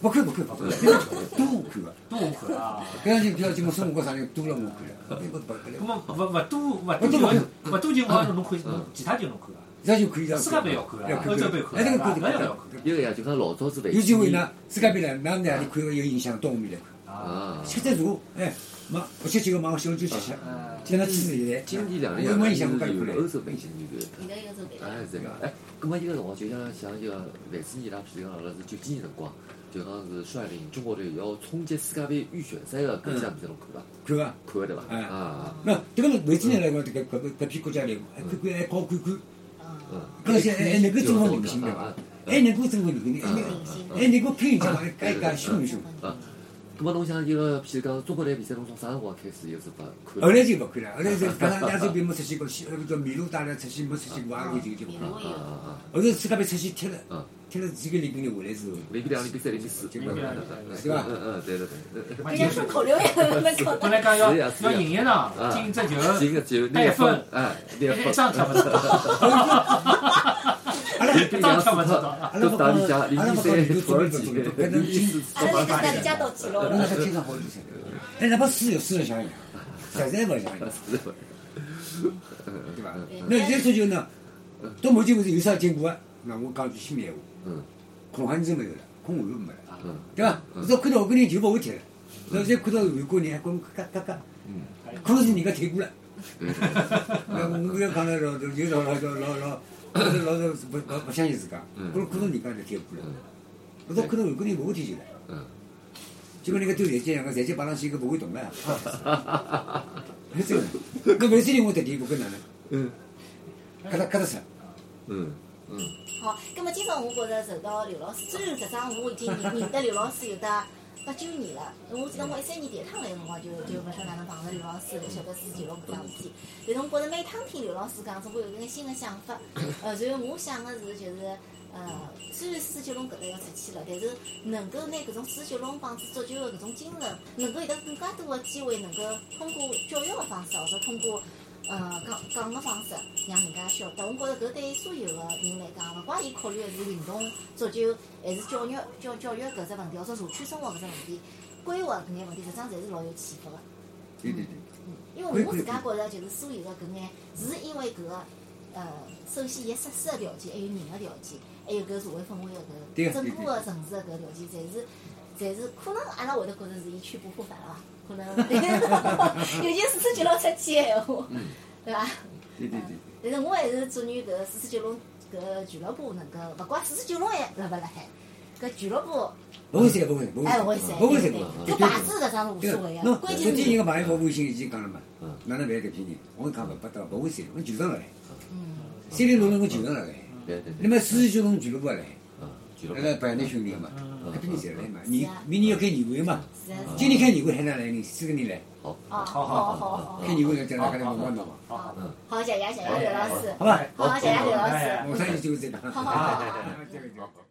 不看不看不看，多看个。都勿看啊。搿样就比较进我生活啥人多了我看了，那个不不了那。么勿勿多勿多球，勿多球我侬看其他球侬看啊。那就可以让世界杯要看啊要看欧洲杯看啊哎，那个看哪样要看。一个呀，就像老早子的。有机会呢，世界杯呢，哪能哪里看有影响到我们来看。啊，啊，吃点茶，哎，忙不吃几个忙，小酒吃吃，呃，像那吃现在。经济两有年没来有影响？我就讲是过来有。欧洲明星球队。现在有种队嗯哎，是个，哎，葛末一个辰光就像像就范志毅伊拉譬如讲阿拉是九几年辰光，就讲是率领中国队要冲击世界杯预选赛的搿几场比赛，侬看伐？看伐？看个对伐？哎啊，那这个维京人来讲，这个搿个搿批国家队，哎，看看还高看看，嗯，搿些还能够征服人心对伐？还能够征服人心，还能明星，还能够骗人家嘛，该讲凶一凶。葛末侬想一个譬如讲中国队比赛，侬从啥辰光开始又是勿后看？来就勿看了，后来就搿两亚洲杯没出现过，西那个叫米卢带来出现没出现过，阿拉嗯就就比勿看如了。啊有后头啊世界杯出去踢了嗯，踢了几个礼拜日回来之后，啊！零比两、零比三、零比四，是吧？嗯嗯，对对人对。家顺口溜也没搞本 到。来讲要要赢一场，进一只球，这个就带两分，哎，两一分，张踢勿到，一张踢勿到。阿拉都勿打讲比赛，零阿拉勿讲比三米卢土准备耳做其，准备，搿零能比四阿拉大家到记录侬了，那天上好比赛，哎，哪怕输也输了像样，实在勿像样，对伐？那现在足球呢，到目前为止有啥进步啊？那我讲句心里闲话，嗯空汉子没有了，空韩语没了，嗯对伐？嗯只看到韩国人就勿会踢了，那现在看到韩国人还讲嘎嘎嘎，嗯，可能是人家踢过了。 对，那我要讲了，老有老老老老老老不不不相信自家，可能可能人家就踢过了，我都看到韩国人勿会踢球了。嗯，结果人家丢台阶，两个台阶摆上去，搿勿会动了。真的，搿万岁人我特地搿个哪能？嗯咔嗒咔嗒声，嗯嗯好，咁么今朝我觉着受到刘老师，虽然实际上我已经认认得刘老师有得八九年了，我记得我一三年第一趟来个辰光就就勿晓得哪能碰着刘老师，就晓得是节目搿桩事体。但是我觉着每趟听刘老师讲，总归有眼新的想法。呃，然后我想个是就是。呃，虽然四九龙搿搭要出去了，但是能够拿搿种四九龙帮子足球的搿种精神，能够有得更加多的机会，能够通过教育的方式，或者通过呃，讲讲个方式，让人家晓得。我觉着搿对所有个人来讲，勿怪伊考虑的是运动、足球，还是教育、教教育搿只问题，或者社区生活搿只问题，规划搿眼问题，实际上侪是老有启发个。对对对。嗯，因为我自家觉着就是所有个搿眼，是因为搿个呃，首先伊设施个条件，还有人个条件，还有搿社会氛围对个搿个整对个个城市个搿条件，侪是侪是可能阿拉会得觉着是伊去不复返了吧？可能，尤其是出去老出去个闲话，对伐？对对对，但是我还是祝愿搿四十九龙搿俱乐部能够，勿怪四十九龙还辣勿辣海，搿俱乐部不会删，不会，不会哎删，会噻，不会对删，对不搿会牌子搿桩对是无所谓个，啊，喏，关昨键天人是家朋友发微信已经讲了嘛嗯，哪能办搿批人？我讲勿拨得，勿会删，我球场辣盖，嗯，三零六零我球场辣盖，对对那对，么四十九种俱乐部也来，嗯，俱乐辣部，盖百年训练嘛，嗯搿批人侪来嘛，是年啊明年要开年会嘛，是啊今年开年会喊㑚来人，四个人来，好，哦，好好好好好好开年会要叫大家来问问侬，好好好，嗯，好谢谢谢谢刘老师，好吧？好谢谢刘老师。我上去就这个。好好好好好这个就。